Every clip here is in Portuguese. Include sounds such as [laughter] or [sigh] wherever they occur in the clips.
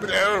Para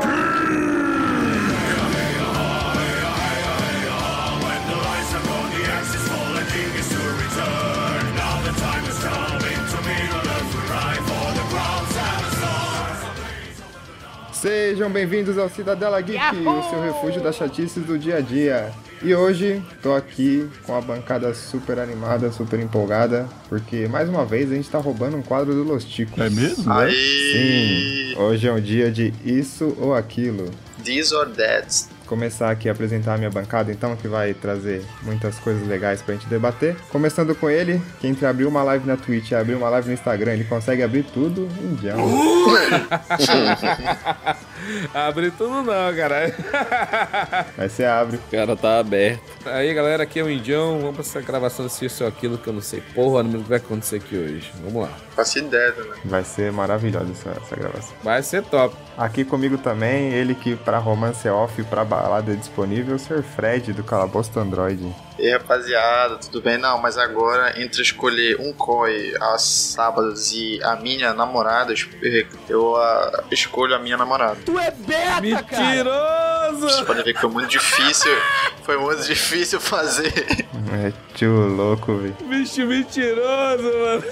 Sejam bem-vindos ao Cidadela Geek, o seu refúgio das chatices do dia a dia. E hoje tô aqui com a bancada super animada, super empolgada, porque mais uma vez a gente tá roubando um quadro do Los Ticos. É mesmo? Sim, hoje é um dia de isso ou aquilo. This or that. Começar aqui a apresentar a minha bancada, então, que vai trazer muitas coisas legais pra gente debater. Começando com ele, que entre abrir uma live na Twitch e abrir uma live no Instagram, ele consegue abrir tudo em diálogo. Uh! Abre tudo não, caralho. Aí você abre. O cara tá aberto. Aí, galera, aqui é o Indião. Vamos pra essa gravação desse isso ou aquilo que eu não sei porra nenhuma do que vai acontecer aqui hoje. Vamos lá. Faço ideia também. Vai ser maravilhosa essa- essa gravação. Vai ser top. Aqui comigo também, ele que pra romance é off e pra balada é disponível, Sr. Fred do Calabouço do Android. E aí, rapaziada, tudo bem? Não, mas agora, entre escolher um COI aos sábados e a minha namorada, eu- eu ah, escolho a minha namorada. Vocês Mentiroso! podem ver que foi muito difícil. [laughs] Foi muito difícil fazer. É tio louco, velho. Bicho mentiroso, mano.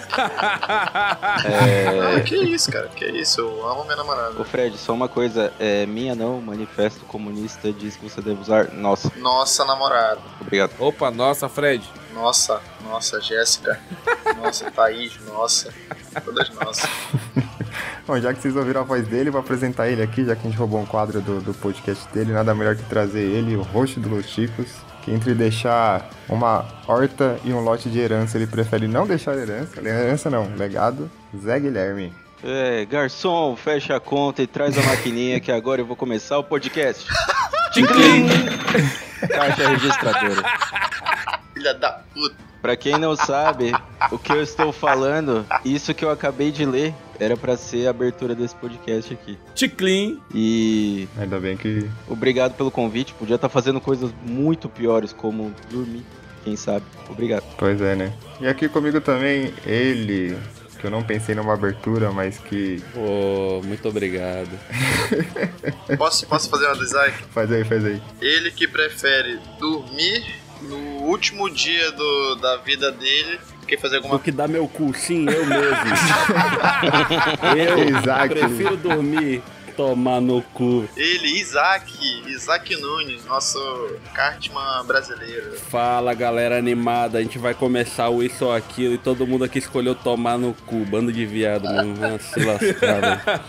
Ah, que isso, cara? Que isso? Eu amo minha namorada. É, Ô Fred, só uma coisa, é minha não, manifesto comunista diz que você deve usar. Nossa, Nossa namorada. obrigado. Opa, nossa, Fred. Nossa, nossa, Jéssica. Nossa, Thaís. Nossa. Todas nossas. Bom, já que vocês ouviram a voz dele, vou apresentar ele aqui, já que a gente roubou um quadro do, do podcast dele, nada melhor que trazer ele, o rosto do Los Chicos, que entre deixar uma horta e um lote de herança, ele prefere não deixar herança, herança não, legado, Zé Guilherme. É, garçom, fecha a conta e traz a maquininha que agora eu vou começar o podcast. Ticlin! Caixa registradora. Filha da puta. Pra quem não sabe o que eu estou falando, isso que eu acabei de ler era pra ser a abertura desse podcast aqui. Ticlin. E Ainda bem que obrigado pelo convite, podia estar fazendo coisas muito piores como dormir, quem sabe. Obrigado. Pois é, né? E aqui comigo também, ele, que eu não pensei numa abertura, mas que. Pô, muito obrigado. Posso, posso fazer uma do Isaac? Faz aí, faz aí. Ele que prefere dormir no último dia do, da vida dele que fazer O alguma que dá meu cu, sim, eu mesmo. eu Isaac. prefiro dormir, tomar no cu. Ele, Isaac, Isaac Nunes, nosso Cartman brasileiro. Fala galera animada, a gente vai começar o isso ou aquilo e todo mundo aqui escolheu tomar no cu. Bando de viado, mano, vai se lascar, velho.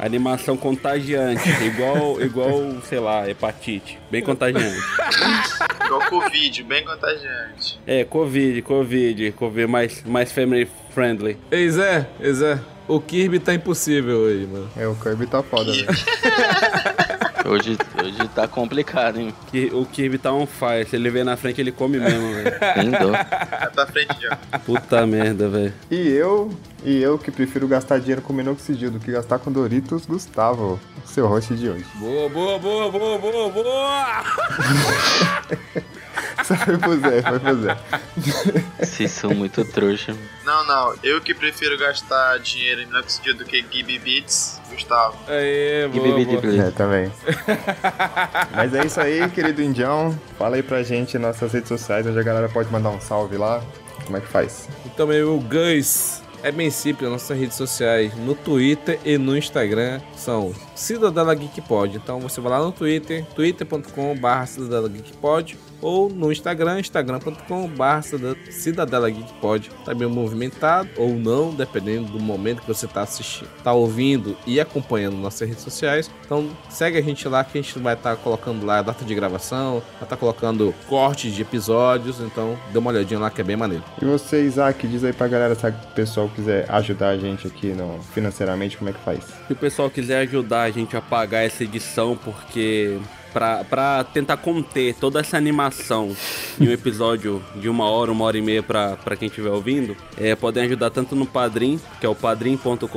Animação contagiante, igual, igual, sei lá, hepatite. Bem contagiante. Igual Covid, bem contagiante. É, Covid, Covid, Covid, mais, mais family friendly. Ei, Zé. Ei, Zé. O Kirby tá impossível hoje, mano. É, o Kirby tá foda, velho. Hoje, hoje tá complicado, hein? Que, o Kirby tá on fire, se ele vem na frente ele come mesmo, velho. Tem dó. Vai pra Tá frente, John. Puta merda, velho. E eu, e eu que prefiro gastar dinheiro com minoxidil do que gastar com Doritos, Gustavo, seu host de hoje. [laughs] Boa, boa, boa, boa, boa, boa. Só foi pro Zé, foi pro Zé. Vocês são muito trouxa. Não, não, eu que prefiro gastar dinheiro em minoxidil do que Gibi Beats, Gustavo. Aê, E boa, bebida É, boa. inglesa. também. Mas é isso aí, querido Indião. Fala aí pra gente nas nossas redes sociais, onde a galera pode mandar um salve lá. Como é que faz? E também o Gans. É bem simples, as nossas redes sociais no Twitter e no Instagram são Cidadela Geek Pod. Então você vai lá no Twitter, twitter.com.br Cidadela Geek Pod, ou no Instagram, instagram.com.br Cidadela Geek Pod. Tá bem movimentado ou não, dependendo do momento que você tá assistindo, tá ouvindo e acompanhando nossas redes sociais. Então segue a gente lá que a gente vai estar colocando lá a data de gravação, vai estar colocando cortes de episódios. Então dê uma olhadinha lá que é bem maneiro. E você, Isaac, diz aí pra galera se o pessoal quiser ajudar a gente aqui no, financeiramente, como é que faz? Se o pessoal quiser ajudar a gente a pagar essa edição, porque Pra, pra tentar conter toda essa animação em um episódio de uma hora, uma hora e meia pra, pra quem estiver ouvindo, é, podem ajudar tanto no Padrim, que é o padrim.com.br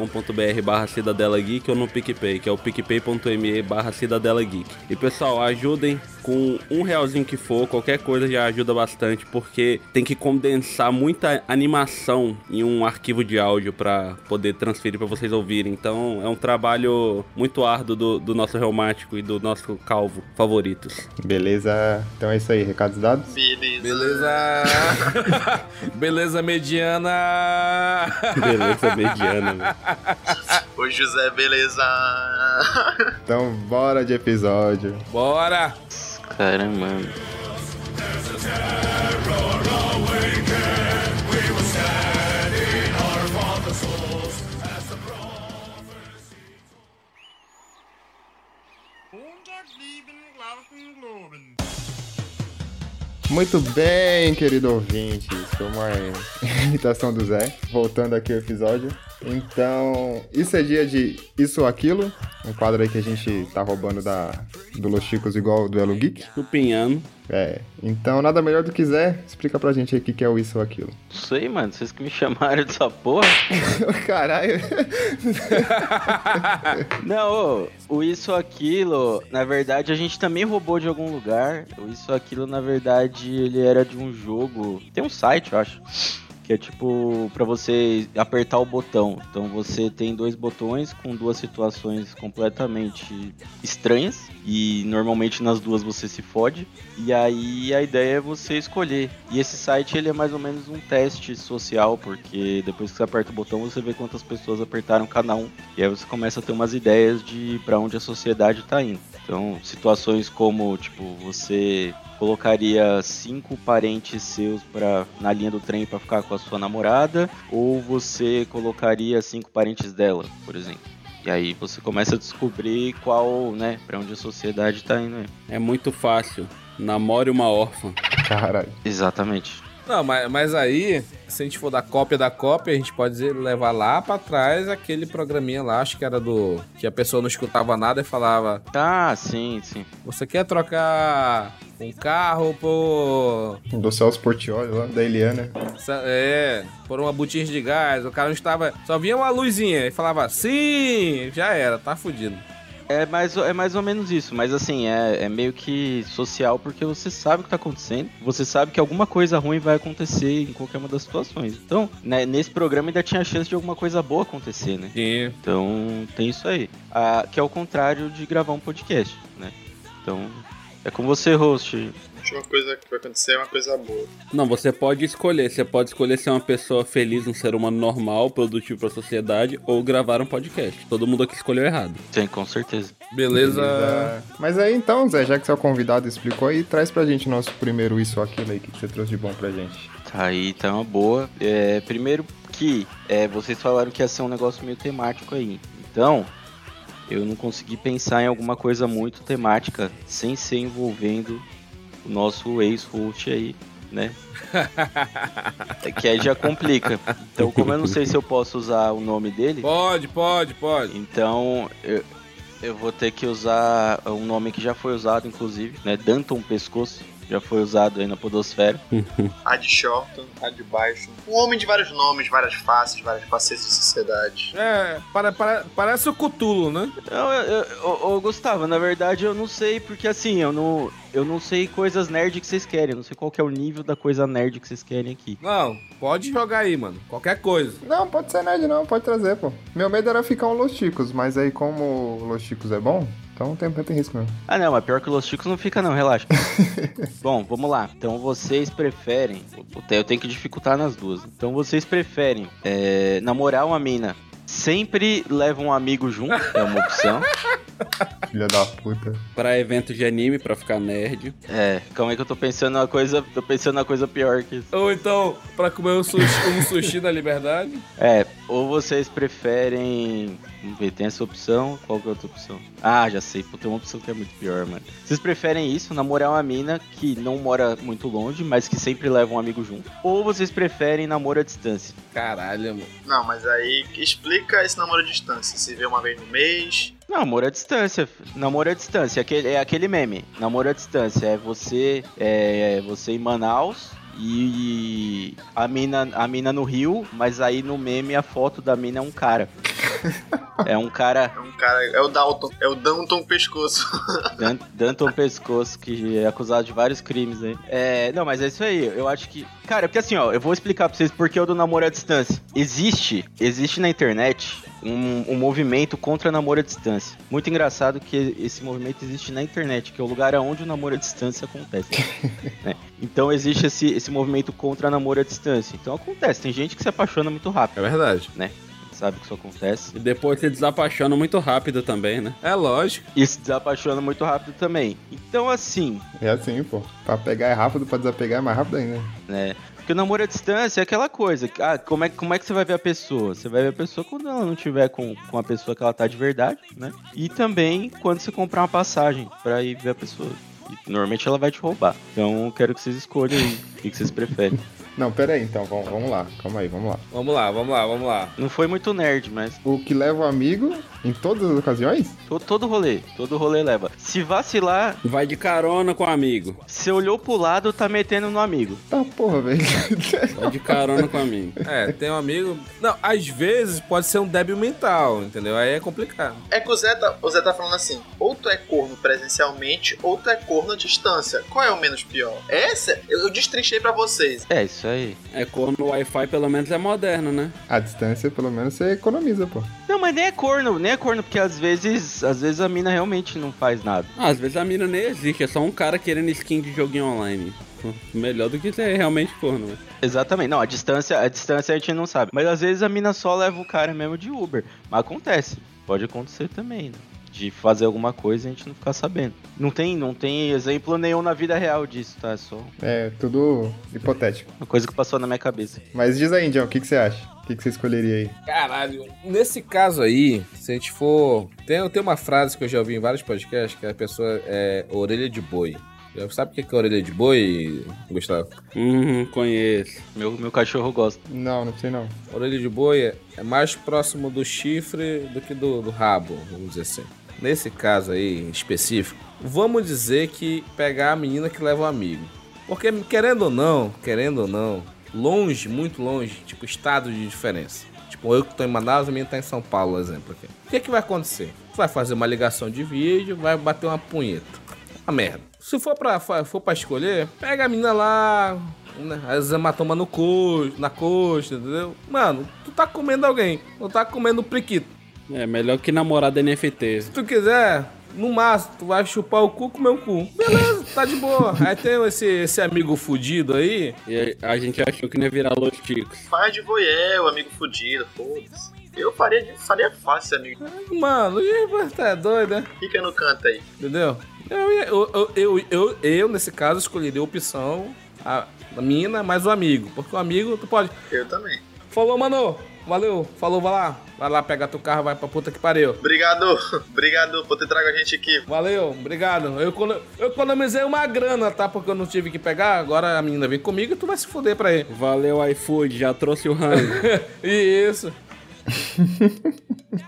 barra Cidadela Geek, ou no PicPay, que é o picpay.me barra Cidadela Geek. E pessoal, ajudem com um realzinho que for, qualquer coisa já ajuda bastante, porque tem que condensar muita animação em um arquivo de áudio pra poder transferir pra vocês ouvirem. Então é um trabalho muito árduo do, do nosso reumático e do nosso calvo favoritos. [laughs] Beleza, então é isso aí, recados dados. Beleza. Beleza! Beleza mediana! [laughs] Beleza mediana, né? Ô José, beleza. Então bora de episódio. Bora! Caramba. Muito bem, querido ouvinte. Isso foi uma [laughs] imitação do Zé. Voltando aqui ao episódio. Então, isso é dia de Isso ou Aquilo. Um quadro aí que a gente tá roubando da, do Los Chicos igual do Elo Geek. Chupinhando. É. Então, nada melhor do que Zé. Explica pra gente aí o que que é o Isso ou Aquilo. Não sei, mano. Vocês que me chamaram dessa porra. Caralho. Não, ô, o isso ou aquilo, na verdade, a gente também roubou de algum lugar. O isso ou aquilo, na verdade, ele era de um jogo. Tem um site, eu acho. Que é tipo pra você apertar o botão. Então você tem dois botões com duas situações completamente estranhas. E normalmente nas duas você se fode. E aí a ideia é você escolher. E esse site ele é mais ou menos um teste social, porque depois que você aperta o botão você vê quantas pessoas apertaram cada um. E aí você começa a ter umas ideias de pra onde a sociedade tá indo. Então, situações como, tipo, você colocaria cinco parentes seus pra, na linha do trem pra ficar com a sua namorada, ou você colocaria cinco parentes dela, por exemplo. E aí você começa a descobrir qual, né, pra onde a sociedade tá indo. né? É muito fácil. Namore uma órfã. Caralho. Exatamente. Não, mas, mas aí, se a gente for da cópia da cópia, a gente pode dizer, levar lá pra trás aquele programinha lá, acho que era do. que a pessoa não escutava nada e falava: Ah, sim, sim. Você quer trocar um carro por. Do Celso Portioli lá, da Eliana. Sa- É, por uma botija de gás, o cara não estava. Só vinha uma luzinha e falava sim, já era, tá fudido. É mais, é mais ou menos isso, mas assim, é, é meio que social porque você sabe o que tá acontecendo, você sabe que alguma coisa ruim vai acontecer em qualquer uma das situações. Então, né, nesse programa ainda tinha a chance de alguma coisa boa acontecer, né? Sim. Então, tem isso aí. Ah, que é o contrário de gravar um podcast, né? Então, é com você, host. A última coisa que vai acontecer é uma coisa boa. Não, você pode escolher. Você pode escolher ser uma pessoa feliz, um ser humano normal, produtivo pra sociedade, ou gravar um podcast. Todo mundo aqui escolheu errado. Tem, com certeza. Beleza. Mas aí então, Zé, já que você é o convidado e explicou aí, traz pra gente nosso primeiro isso ou aquilo aí, o que que você trouxe de bom pra gente. Tá aí, tá uma boa. É, primeiro que é, vocês falaram que ia ser um negócio meio temático aí. Então, eu não consegui pensar em alguma coisa muito temática sem ser envolvendo o nosso ex-host aí, né? É que aí já complica. Então, como eu não sei se eu posso usar o nome dele, Pode, pode, pode. então eu, eu vou ter que usar um nome que já foi usado, inclusive, né? Danton Pescoço. Já foi usado aí na Podosfera. A Tá de Shorton, a de baixo. Um homem de vários nomes, várias faces, várias facetas da sociedade. É, para, para- parece o Cutulo, né? Não, eu, eu, ô, ô, Gustavo, na verdade eu não sei, porque assim, eu não, eu não sei coisas nerd que vocês querem, eu não sei qual que é o nível da coisa nerd que vocês querem aqui. Não, pode jogar aí, mano. Qualquer coisa. Não, pode ser nerd não, pode trazer, pô. Meu medo era ficar um Los Chicos, mas aí como o Los Chicos é bom, então não tem tanto risco mesmo. Ah não, mas pior que Los Chicos não fica não, relaxa. Bom, vamos lá. Então vocês preferem, eu te- eu tenho que dificultar nas duas. Então vocês preferem é, namorar uma mina, sempre leva um amigo junto, é uma opção. Filha da puta. Pra eventos de anime, pra ficar nerd. É, calma aí que eu tô pensando uma coisa, tô pensando uma coisa pior que isso. Ou então, pra comer um sushi, um sushi da liberdade. É, ou vocês preferem. Vamos ver, tem essa opção? Qual que é a outra opção? Ah, já sei, pô, tem uma opção que é muito pior, mano. Vocês preferem isso, namorar uma mina que não mora muito longe, mas que sempre leva um amigo junto? Ou vocês preferem namoro à distância? Caralho, mano. Não, mas aí explica esse namoro à distância. Se vê uma vez no mês. Não, Namoro à distância. fi. Namoro à distância. É aquele, é aquele meme. Namoro à distância. É você, é, você em Manaus e a mina, a mina no Rio, mas aí no meme a foto da mina é um cara. É um cara É um cara. É o Dalton. É o Danton Pescoço. [laughs] Dan- Danton Pescoço que é acusado de vários crimes aí. É, não, mas é isso aí. Eu acho que. Cara, porque assim, ó, eu vou explicar pra vocês porque eu do namoro à distância. Existe, existe na internet um, um movimento contra namoro à distância. Muito engraçado que esse movimento existe na internet, que é o lugar onde o namoro à distância [laughs] acontece. né? Então existe esse, esse movimento contra namoro à distância. Então acontece, tem gente que se apaixona muito rápido. É verdade. Sabe que isso acontece. E depois você desapaixona muito rápido também, né? É lógico. E se desapaixona muito rápido também. Então, assim, É assim, pô. Pra pegar é rápido, pra desapegar é mais rápido ainda. né? Porque o namoro à distância é aquela coisa. que, Ah, como é, como é que você vai ver a pessoa? Você vai ver a pessoa quando ela não tiver com, com a pessoa que ela tá de verdade, né? E também quando você comprar uma passagem pra ir ver a pessoa. E normalmente ela vai te roubar. Então eu quero que vocês escolham aí o que que vocês preferem. Não, pera aí então, vamos, vamos lá. Calma aí, vamos lá. Vamos lá, vamos lá, vamos lá. Não foi muito nerd, mas O que leva o amigo em todas as ocasiões? to- todo rolê, todo rolê leva. Se vacilar, Vai de carona com o amigo. você olhou pro lado, tá metendo no amigo. Tá porra, velho. [laughs] Vai de carona com o amigo. É, tem um amigo. Não, às vezes pode ser um débil mental, entendeu? Aí é complicado. É que o Zé, tá, o Zé tá falando assim: ou tu é corno presencialmente, ou tu é corno à distância. Qual é o menos pior? Essa eu eu destrinchei pra vocês. É isso aí. É corno, o Wi-Fi pelo menos é moderno, né? A distância, pelo menos, você economiza, pô. Não, mas nem é corno, nem é corno, porque às vezes, às vezes a mina realmente não faz nada. Ah, às vezes a mina nem existe, é só um cara querendo skin de joguinho online. Pô, Melhor do que ser realmente corno, né? Exatamente. Não, a distância, a distância a gente não sabe. Mas às vezes a mina só leva o cara mesmo de Uber. Mas acontece. Pode acontecer também, né? De fazer alguma coisa e a gente não ficar sabendo. Não tem, não tem exemplo nenhum na vida real disso, tá? É só É tudo hipotético. uma coisa que passou na minha cabeça. Mas diz aí, John, o que, que você acha? O que, que você escolheria aí? Caralho. Nesse caso aí, se a gente for. Tem, tem uma frase que eu já ouvi em vários podcasts que a pessoa é orelha de boi. Já Sabe o que que é orelha de boi, Gustavo? Uhum, conheço. Meu, meu cachorro gosta. Não, não sei não. Orelha de boi é- é mais próximo do chifre do que do, do rabo, vamos dizer assim. Nesse caso aí, em específico, vamos dizer que pegar a menina que leva o amigo. Porque, querendo ou não, querendo ou não, longe, muito longe, tipo, estado de diferença. Tipo, eu que tô em Manaus, a menina tá em São Paulo, exemplo. aqui. O que que vai acontecer? Tu vai fazer uma ligação de vídeo, vai bater uma punheta a merda. Se for pra, fa- for pra escolher, pega a mina lá, né? As hematomas no coxo, na coxa, entendeu? Mano, tu tá comendo alguém, tu tá comendo um priquito. É melhor que namorada NFTs. Se tu quiser, no máximo, tu vai chupar o cu com meu cu. Beleza, tá de boa. Aí tem esse, esse amigo fudido aí. E a gente achou que não ia virar Los Ticos. Pai de voyeur, o amigo fudido, foda-se. Eu faria, de- faria fácil, amigo. Mano, ih, você é doido, né? Fica no canto aí. Entendeu? Eu, ia- eu, eu, eu, eu, eu, nesse caso, escolheria a opção a a mina mais o amigo. Porque o amigo, tu pode. Eu também. Falou, mano. Valeu. Falou, vai lá. Vai lá pegar teu carro, vai pra puta que pariu. Obrigado, [laughs] obrigado por ter trago a gente aqui. Valeu, obrigado. Eu, econo- eu economizei uma grana, tá? Porque eu não tive que pegar. Agora a menina vem comigo e tu vai se fuder pra ele. Valeu, iFood, já trouxe o rango. [laughs] Isso.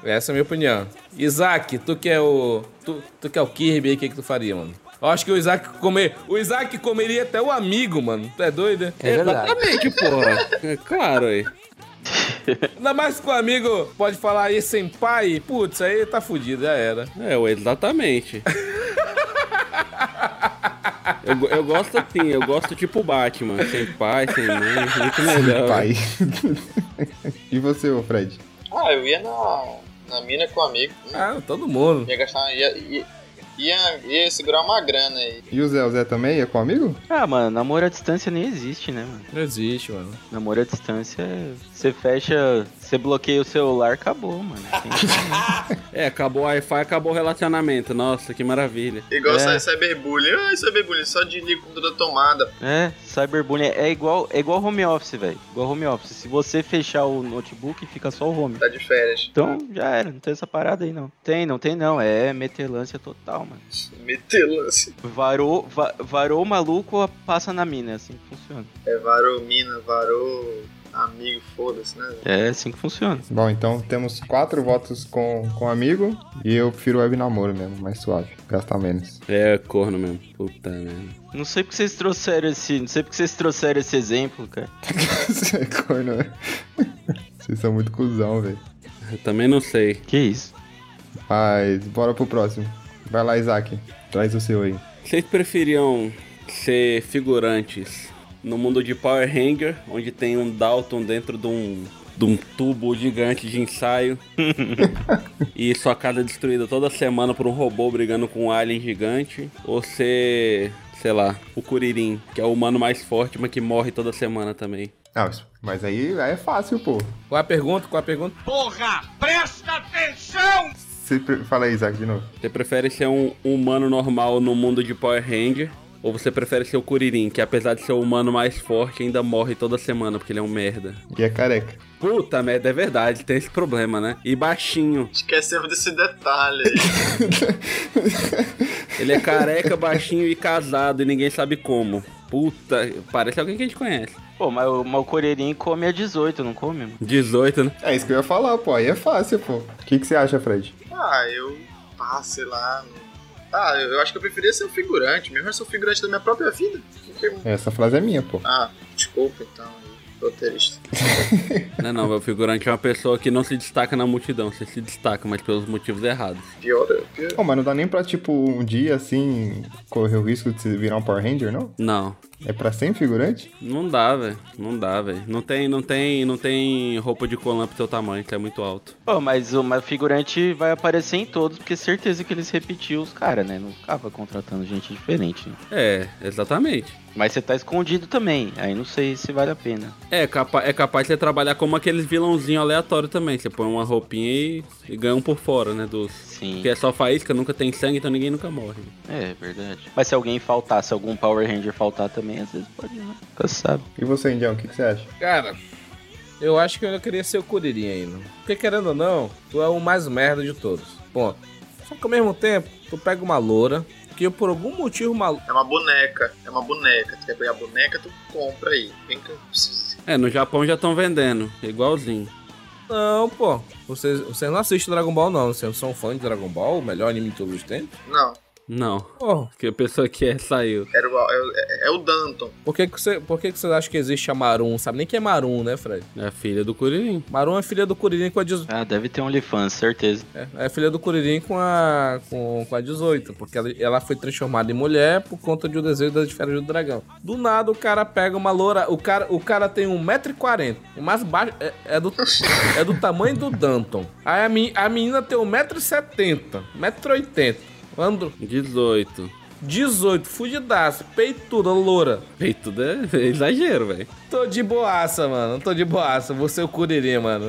Essa é a minha opinião. Isaac, tu que é o. Tu, tu que é o Kirby aí, o que, que tu faria, mano? Eu acho que o Isaac comer. O Isaac comeria até o amigo, mano. Tu é doido? né? Exatamente, porra. É claro aí. Ainda mais que o amigo pode falar aí sem pai. Putz, aí tá fudido, já era. É, ué, exatamente. Eu, go- eu gosto assim, eu gosto tipo Batman, sem pai, sem mãe, muito melhor. Pai. [laughs] e você, ô Fred? Ah, eu ia na, na mina com o amigo. Ah, todo mundo. Ia gastar. Ia, ia, ia, ia segurar uma grana aí. E o Zé? O Zé também é com amigo? Ah, mano, namoro à distância nem existe, né, mano? Não existe, mano. Namoro à distância é. Você fecha. Você bloqueia o celular, acabou, mano. Tem- É, acabou o Wi-Fi, acabou o relacionamento. Nossa, que maravilha. Igual É. é. cyberbullying. Ah, cyberbullying, só desliga o computador da tomada. É, cyberbullying é igual, é igual home office, velho. Igual home office. Se você fechar o notebook, fica só o home. Tá de férias. [laughs] Então já era, não tem essa parada aí não. Tem, não tem não. É metelância total, mano. Meteu lance. Varou, va- varou o maluco, passa na mina, é assim que funciona. É, varou mina, varou amigo, foda-se, né? É assim que funciona. Bom, então temos quatro votos com, com amigo e eu prefiro web namoro mesmo, mais suave, gastar menos. [laughs] É, corno mesmo. Puta merda. Não sei porque vocês trouxeram esse. Não sei porque vocês trouxeram esse exemplo, cara. Você é corno, velho. Vocês são muito cuzão, velho. Eu também não sei. Que isso? Mas bora pro próximo. Vai lá, Isaac. Traz o seu aí. Vocês preferiam ser figurantes no mundo de Power Ranger, onde tem um Dalton dentro de um, de um tubo gigante de ensaio e sua casa é destruída toda semana por um robô brigando com um alien gigante, ou ser, sei lá, o Curirim, que é o humano mais forte, mas que morre toda semana também. Ah, mas- mas aí, aí é fácil, pô. Qual a pergunta? Qual a pergunta? Você pre- Fala aí, Isaac, de novo. Você prefere ser um humano normal no mundo de Power Ranger? Ou você prefere ser o Kuririn, que apesar de ser o humano mais forte, ainda morre toda semana, porque ele é um merda. E é careca. Puta merda, é verdade, tem esse problema, né? E baixinho. Esquecemos desse detalhe aí. Ele é careca, baixinho e casado, e ninguém sabe como. Puta, parece alguém que a gente conhece. Pô, mas o, mas o Coreirinho come a 18, não come? mano? 18, né? É isso que eu ia falar, pô. Aí é fácil, pô. O que, que você acha, Fred? Ah, eu. Ah, sei lá. não- Ah, eu eu acho que eu preferia ser um figurante, mesmo eu sou figurante da minha própria vida. Que que- Essa frase é minha, pô. Ah, desculpa então, roteirista. Não, é não, meu figurante é uma pessoa que não se destaca na multidão. Você se destaca, mas pelos motivos errados. Pior, é, pior. Pô, mas não dá nem pra, tipo, um dia assim, correr o risco de se virar um Power Ranger, não? Não, É pra sem figurante? não dá, velho. Não dá, velho. Não tem, não tem, não tem roupa de colã pro seu tamanho, que é muito alto. Pô, mas o mas o figurante vai aparecer em todos, porque certeza que eles repetiam os caras, né? Não ficava contratando gente diferente. né? É, exatamente. Mas você tá escondido também, aí não sei se vale a pena. É, capa é capaz de você trabalhar como aqueles vilãozinhos aleatórios também. Você põe uma roupinha e, e ganha um por fora, né? Dos. Sim. Que é só faísca, nunca tem sangue, então ninguém nunca morre. É, verdade. Mas se alguém faltar, se algum Power Ranger faltar também, às vezes pode, né? Nunca se sabe. E você, Indião, o que, que você acha? Cara, eu acho que eu queria ser o Kuririn ainda. Porque querendo ou não, tu é o mais merda de todos. Ponto. Só que ao mesmo tempo, tu pega uma loura, que por algum motivo uma É uma boneca, é uma boneca. Tu quer pegar a boneca, tu compra aí. Vem que eu preciso. É, no Japão já estão vendendo, igualzinho. Não, pô. Vocês, vocês não assistem Dragon Ball, não. Vocês não são fã de Dragon Ball, o melhor anime de todos os tempos. Não, Não, Pô, porque a pessoa que é saiu. era o, é, é- é o Danton. por que, que, você, por que, que vocês acham que existe a Marum? Sabe nem quem é Marum, né, Fred? É a filha do Kuririn. Marum é filha do Kuririn com a 18. Ah, deve ter um OnlyFans, certeza. É, é filha do Kuririn com a, com, com a 18, porque ela, ela foi transformada em mulher por conta de um desejo das esferas do dragão. Do nada o cara pega uma loura. O cara, o cara tem 1,40m. O mais baixo é, é do, é do tamanho do Danton. Aí a, meni- a menina tem 1,70m, 1,80m. Andro, 18. 18, fudidaço, peituda, loura. Feito é exagero, velho. Tô de boaça, mano. Tô de boaça. Vou ser o Kuririn, mano.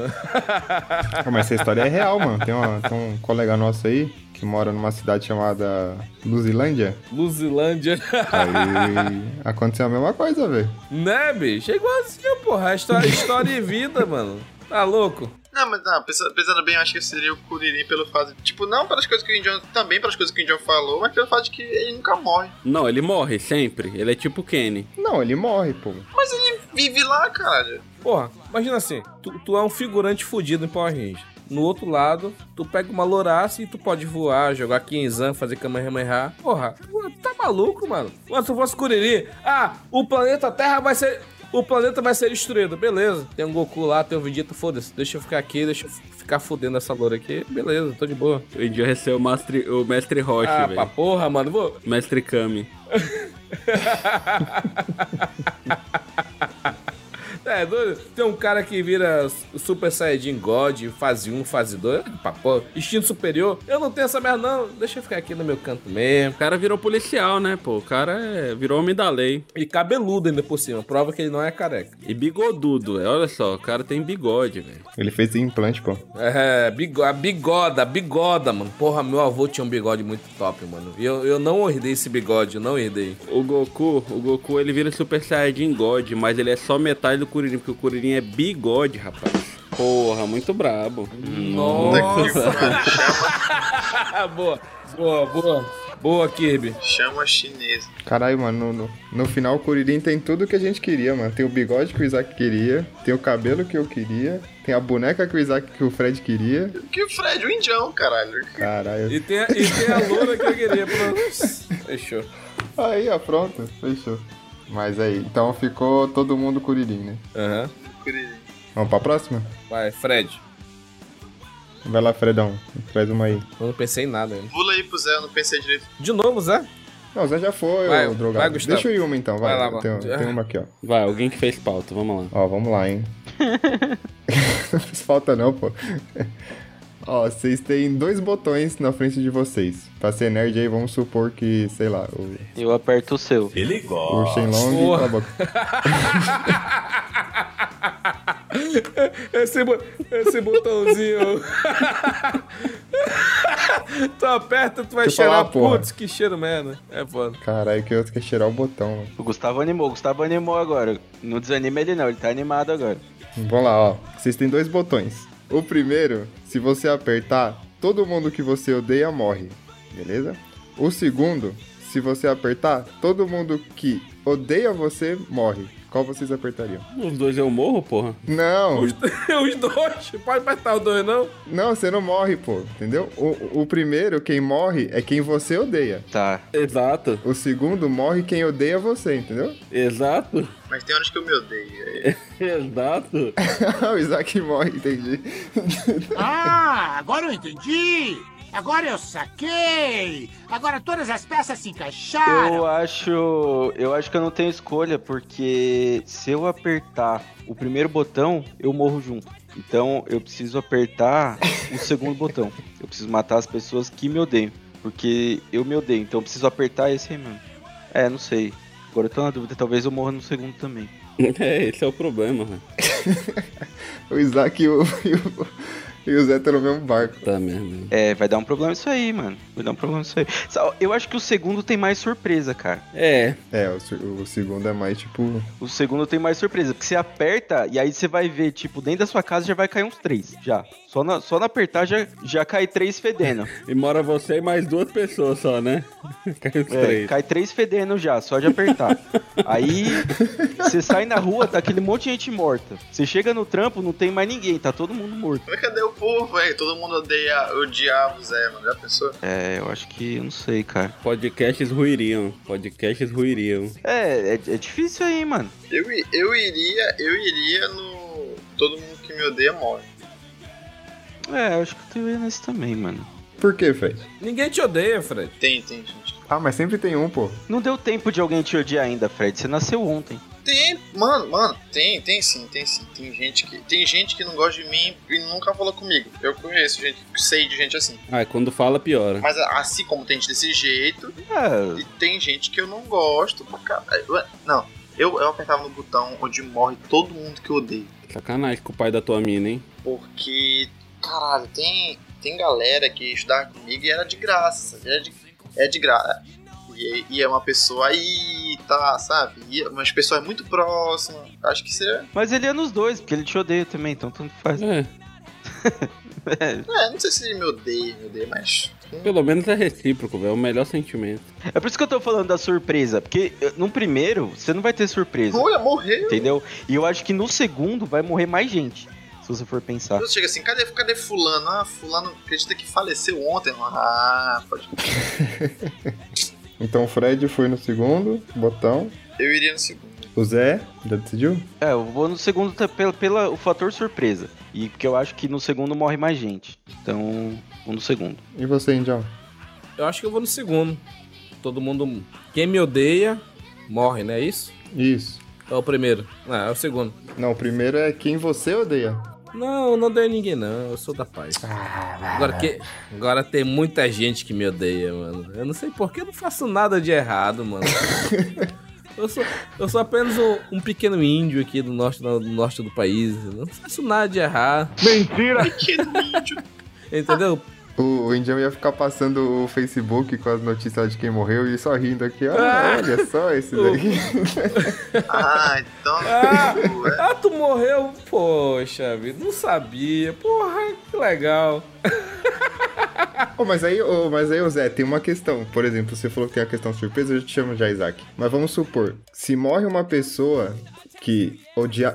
[laughs] Pô, [laughs] mas essa história é real, mano. Tem, uma- tem um colega nosso aí que mora numa cidade chamada Luzilândia. Luzilândia. Aí aconteceu a mesma coisa, velho. né, bicho? É igualzinho, porra. É História, história e vida, [laughs] mano. Tá louco? Não, mas não, pensa- pensando, bem, eu acho que seria o Kuririn pelo fato de, tipo, não pelas coisas que o Indian, também pelas coisas que o Indian falou, mas pelo fato de que ele nunca morre. Não, ele morre sempre. Ele é tipo Kenny. Não, ele morre, pô. Mas ele vive lá, caralho. Porra, imagina assim. Tu, tu é um figurante fudido em Power Ranger. No outro lado, tu pega uma louraça e tu pode voar, jogar Kinzan, fazer Kamehameha. Porra, tu tá maluco, mano? Mano, se eu fosse Kuririn, ah, o planeta Terra vai ser... O planeta vai ser destruído, beleza. Tem um Goku lá, tem um Vegeta, foda-se. Deixa eu ficar aqui, deixa eu ficar fudendo essa loura aqui. Beleza, tô de boa. O Indio é o, mastre- o mestre Roche, ah, pra velho. porra, mano. Vou... Mestre Kami. [laughs] É, doido. tem um cara que vira Super Saiyajin God, um, fase 1, fase 2, papo, é instinto superior. Eu não tenho essa merda, não. Deixa eu ficar aqui no meu canto mesmo. O cara virou policial, né, pô? O cara é... virou homem da lei. E cabeludo ainda por cima, prova que ele não é careca. E bigodudo, velho. Olha só, o cara tem bigode, velho. Ele fez implante, pô. É, bigo, a bigoda, a bigoda, mano. Porra, meu avô tinha um bigode muito top, mano. E eu, eu não herdei esse bigode, eu não herdei. O Goku, o Goku, ele vira Super Saiyajin God, mas ele é só metade do Kuririn, porque o Kuririn é bigode, rapaz. Porra, muito brabo. Hum. [laughs] Nossa! boa, boa, boa. Boa, Kirby. Chama chinesa. Caralho, mano, no, no- no final o Curirim tem tudo que a gente queria, mano. Tem o bigode que o Isaac queria, tem o cabelo que eu queria, tem a boneca que o Isaac que o Fred queria. Que o Fred, o indião, caralho. Caralho. E tem a, e tem a loura que eu queria. Pronto. Fechou. Aí, ó, pronto, fechou. Mas aí, então ficou todo mundo Curirim, né? Aham. Vamos pra próxima? Vai, Fred. Vai lá, Fredão, traz uma aí. Eu não pensei em nada. né? Pula aí pro Zé, eu não pensei direito. De novo, Zé? Não, Zé já foi, Vai, ô, drogado. vai, Gustavo. Deixa eu ir uma então, vai. Vai lá, Eu mano. tenho- tem uma aqui, ó. Vai, alguém que fez pauta, vamos lá. Ó, vamos [laughs] lá, hein? não faz falta não, pô. Ó, vocês têm dois botões na frente de vocês. Pra ser nerd aí, vamos supor que, sei lá, o, Eu aperto o seu. o Shenlong... Porra. Cala a boca. Esse, bo- esse botãozinho. [laughs] tu aperta, tu vai Deixa eu cheirar. falar, porra. Putz, que cheiro merda. É foda. Caralho, que é eu quero cheirar o botão. mano. O Gustavo animou, o Gustavo animou agora. Não desanima ele não, ele tá animado agora. Vamos lá, ó. Vocês têm dois botões. O primeiro, se você apertar, todo mundo que você odeia morre. Beleza? O segundo, se você apertar, todo mundo que odeia você morre. Qual vocês apertariam? Os dois eu morro, porra. Não! Os, os dois. Pode apertar os dois, não? Não, você não morre, pô, entendeu? O, o primeiro, quem morre, é quem você odeia. Tá. Exato, O segundo, morre quem odeia você, entendeu? exato, Mas tem horas que eu me odeio. é [laughs] exato. [laughs] o Isaac morre, entendi. Ah, agora eu entendi! Agora eu saquei! Agora todas as peças se encaixaram! Eu acho. Eu acho que eu não tenho escolha, porque se eu apertar o primeiro botão, eu morro junto. Então eu preciso apertar o segundo botão. Eu preciso matar as pessoas que me odeiam. Porque eu me odeio, então eu preciso apertar esse aí mesmo. É, não sei. Agora eu tô na dúvida, talvez eu morra no segundo também. [laughs] É, esse é o problema, velho. O Isaac e o, e o, e o Zé estão no mesmo barco. Tá merda. É, vai dar um problema isso aí, mano. Vai dar um problema isso aí. Só- Eu acho que o segundo tem mais surpresa, cara. É, É, o, se- o segundo é mais tipo. O segundo tem mais surpresa, porque você aperta e aí você vai ver, tipo, dentro da sua casa já vai cair uns três, já. Só na, só na apertar já, já cai três fedendo. e mora você e mais duas pessoas só, né? [laughs] Caiu os É, três. cai três fedendo já, só de apertar. aí você sai na rua, tá aquele monte de gente morta. Você chega no trampo, não tem mais ninguém, tá todo mundo morto. Mas cadê o povo, velho? Todo mundo odeia o diabo, Zé, mano. Já pensou? É, eu acho que, eu não sei, cara. Podcasts ruiriam, podcasts ruiriam. É, é, é difícil aí, mano. Eu, i- eu iria, eu iria no. Todo mundo que me odeia morre. É, eu acho que eu tô indo nesse também, mano. Por quê, Fred? Ninguém te odeia, Fred. Tem, tem, gente. Ah, mas sempre tem um, pô. Não deu tempo de alguém te odiar ainda, Fred. Você nasceu ontem. Tem, mano, mano, tem, tem sim, tem sim. Tem gente que. Tem gente que não gosta de mim e nunca falou comigo. Eu conheço gente, sei de gente assim. Ah, quando fala, piora. Mas a- assim como tem gente desse jeito, Ah, e tem gente que eu não gosto pra caralho. Ué, Não, eu, eu apertava no botão onde morre todo mundo que eu odeio. Sacanagem com o pai da tua mina, hein? Porque, caralho, tem, tem galera que estudava comigo e era de graça, sabe? Era de, é de graça. E, e é uma pessoa aí, tá, sabe? E é umas pessoas muito próximas. Acho que seria. mas ele é nos dois, porque ele te odeia também, então tanto faz. É, É, não sei se ele me odeia, me odeia, mas. pelo menos é recíproco, velho. É o melhor sentimento. É por isso que eu tô falando da surpresa, porque eh, no primeiro você não vai ter surpresa, Olha, morreu. entendeu? E eu acho que no segundo vai morrer mais gente, se você for pensar. Você chega assim, cadê, cadê Fulano? Ah, Fulano acredita que faleceu ontem. Ah, pode. Então o Fred foi no segundo botão. Eu iria no [laughs] segundo. O Zé, já decidiu? É, eu vou no segundo tá- pela, pela- o fator surpresa. E porque eu acho que no segundo morre mais gente. Então, vou no segundo. E você, Indião? Eu acho que eu vou no segundo. Todo mundo. Quem me odeia, morre, não é isso? Isso. É o primeiro. Ah, é o segundo. Não, o primeiro é quem você odeia. Não, eu não odeio ninguém, não. Eu sou da paz. Agora, que... Agora tem muita gente que me odeia, mano. Eu não sei por que eu não faço nada de errado, mano. Eu sou, eu sou apenas um, um pequeno índio aqui do norte, do norte do país. Eu não faço nada de errado. Mentira! [laughs] Entendeu? O, o Indião ia ficar passando o Facebook com as notícias lá de quem morreu e só rindo aqui. Ah, olha só esse [laughs] daqui. Ah, então. Ah. Ué. Ah, tu morreu? Poxa vida, não sabia. Porra, que legal. Ô, Oh, mas aí, ô, mas aí, ô Zé, tem uma questão. Por exemplo, você falou que tem a questão surpresa, eu já te chamo de Isaac. Mas vamos supor, se morre uma pessoa que odia...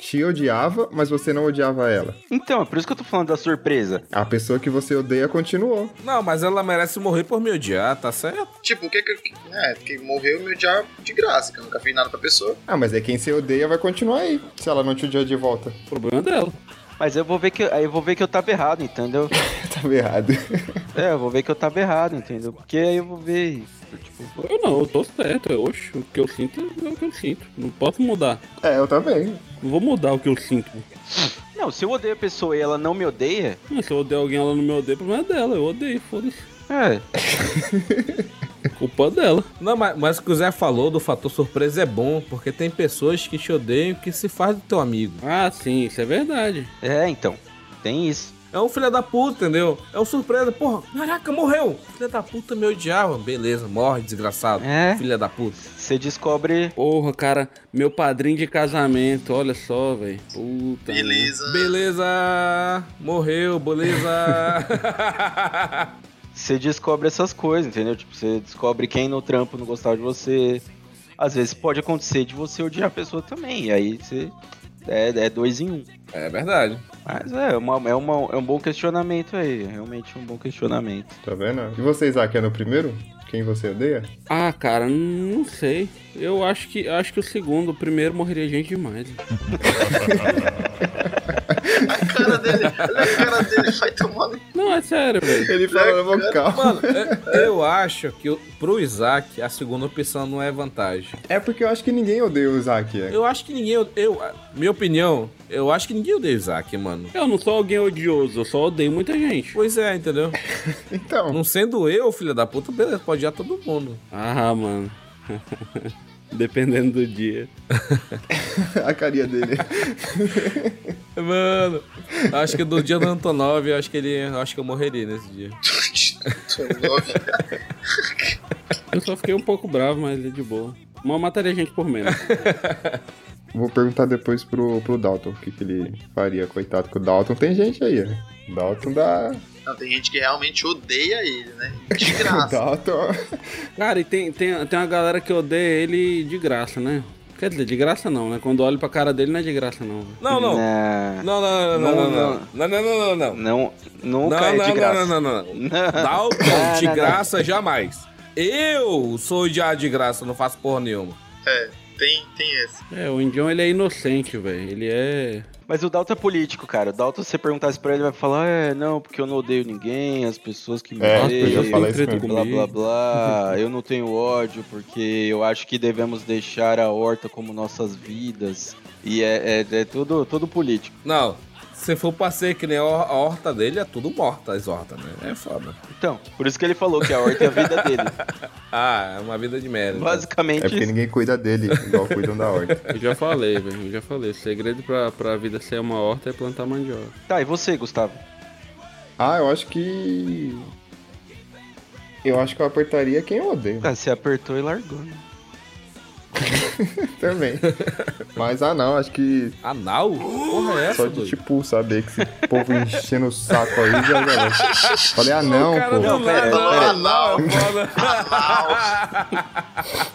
te odiava, mas você não odiava ela. Então, é por isso que eu tô falando da surpresa. A pessoa que você odeia continuou. Não, mas ela merece morrer por me odiar, tá certo? Tipo, o que que. que- É, que morreu meu diabo de graça, que eu nunca fiz nada pra pessoa. Ah, mas é quem você odeia vai continuar aí, se ela não te odiar de volta. [laughs] O problema é dela. Mas eu vou ver que aí eu vou ver que eu tava errado, entendeu? Tava errado. [laughs] É, eu vou ver que eu tava errado, entendeu? Porque aí eu vou ver. Tipo, Eu não, eu tô certo. Eu, oxe, o que eu sinto é o que eu sinto. Não posso mudar. É, eu também. Não vou mudar o que eu sinto. não, se eu odeio a pessoa e ela não me odeia, Ah, se eu odeio alguém, ela não me odeia, o problema é dela. Eu odeio, foda-se. [laughs] é. Culpa dela. Não, mas, mas o que o Zé falou do fator surpresa é bom, porque tem pessoas que te odeiam que se faz do teu amigo. Ah, sim, isso é verdade. É, então. Tem isso. É um filho da puta, entendeu? É uma surpresa. Porra, caraca, morreu. Filha da puta me odiava. Beleza, morre, desgraçado. É. Filha da puta. Você descobre. Porra, cara, meu padrinho de casamento, olha só, velho. Puta. Beleza. Beleza, morreu, beleza. Você descobre essas coisas, entendeu? Tipo, você descobre quem no trampo não gostava de você. Às vezes pode acontecer de você odiar a pessoa também. E aí você. É, é dois em um. é verdade. Mas é, uma, é, uma, é um bom questionamento aí. Realmente um bom questionamento. Tá vendo? E você, Isaac, é no primeiro? Quem você odeia? Ah, cara, n- não sei. Eu acho que acho que o segundo, o primeiro morreria gente demais. A cara dele, olha a cara dele vai tomando. Não, é sério, velho. Ele falou na vocal. Mano, é- eu acho que o- pro Isaac a segunda opção não é vantagem. É porque eu acho que ninguém odeia o Isaac. é. Eu acho que ninguém. od- Eu, minha opinião, eu acho que ninguém odeia o Isaac, mano. Eu não sou alguém odioso, eu só odeio muita gente. Pois é, entendeu? Então, Não sendo eu, filha da puta, beleza, pode odiar todo mundo. Ah, mano. [laughs] Dependendo do dia. a carinha dele. Mano, acho que do dia do Antonov, eu acho que ele. eu Acho que eu morreria nesse dia. é né? Eu só fiquei um pouco bravo, mas é de boa. Mas mataria gente por menos. Vou perguntar depois pro, pro Dalton o que, que ele faria, coitado. Que o Dalton tem gente aí, né? Dalton dá. Não, tem gente que realmente odeia ele, né? O Desgraça. Dalton. [laughs] Cara, e tem, tem, tem uma galera que odeia ele de graça, né? Quer dizer, de graça não, né? Quando olho pra cara dele não é de graça não. velho. Não, não. Não, Não, não, não, não, não, não, não, não, não, não. É, não Não, nunca é não, de graça. não, não, não, não. [laughs] Não. Dalton, de não, não. graça, jamais. Eu sou odiado de graça, não faço porra nenhuma. Tem, tem esse. É, o Indião ele é inocente, velho. Ele é. Mas o Dalton é político, cara. O Dalton, se você perguntasse pra ele, ele vai falar: é, não, porque eu não odeio ninguém, as pessoas que me É, Nossa, eu já odeiam, ele falei isso treta mesmo. blá comigo. blá blá. [laughs] eu não tenho ódio, porque eu acho que devemos deixar a horta como nossas vidas. E é, é, é tudo, tudo político. Não, se for pra ser que nem a hor- a horta dele, é tudo morta, as hortas, né? É foda. Então, por isso que ele falou que a horta é a vida [laughs] dele. Ah, é uma vida de merda. É Basicamente, porque isso. ninguém cuida dele, igual cuidam da horta. Eu já falei, velho. Eu já falei. O segredo pra, pra vida ser uma horta é plantar mandioca. tá, e você, Gustavo? Ah, eu acho que. Eu acho que eu apertaria quem eu [laughs] odeio Tá, você apertou e largou, né? também. Mas ah não, acho que Anal? Porra, é essa, só de doido? tipo saber que esse povo enchendo o saco aí já. já- Falei, ah não, pô. não- pera, nada, pera. anal, é foda.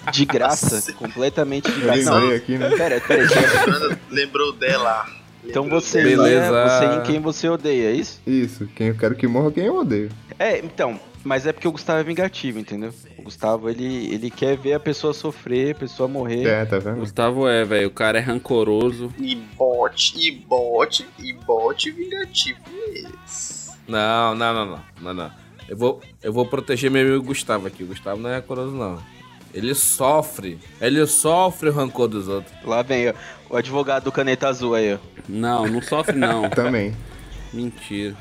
[laughs] De graça, completamente de Eu graça. Não, lembrei aqui, né? pera, pera, pera. Fernanda lembrou dela. Então você Beleza. ia, você ia em quem você odeia, é isso? Isso, quem eu quero que morra, quem eu odeio. É, então, mas é porque o Gustavo é vingativo, entendeu? O Gustavo, ele, ele quer ver a pessoa sofrer, a pessoa morrer. É, tá vendo? Gustavo é, velho. O cara é rancoroso. E bote, e bote, e bote vingativo esse. Não, não, não, não, não, não. Eu vou, eu vou proteger meu amigo Gustavo aqui. O Gustavo não é coroso, não. Ele sofre. Ele sofre o rancor dos outros. Lá vem ó, o advogado do Caneta Azul aí, ó. Não, não sofre não. Também. Mentira.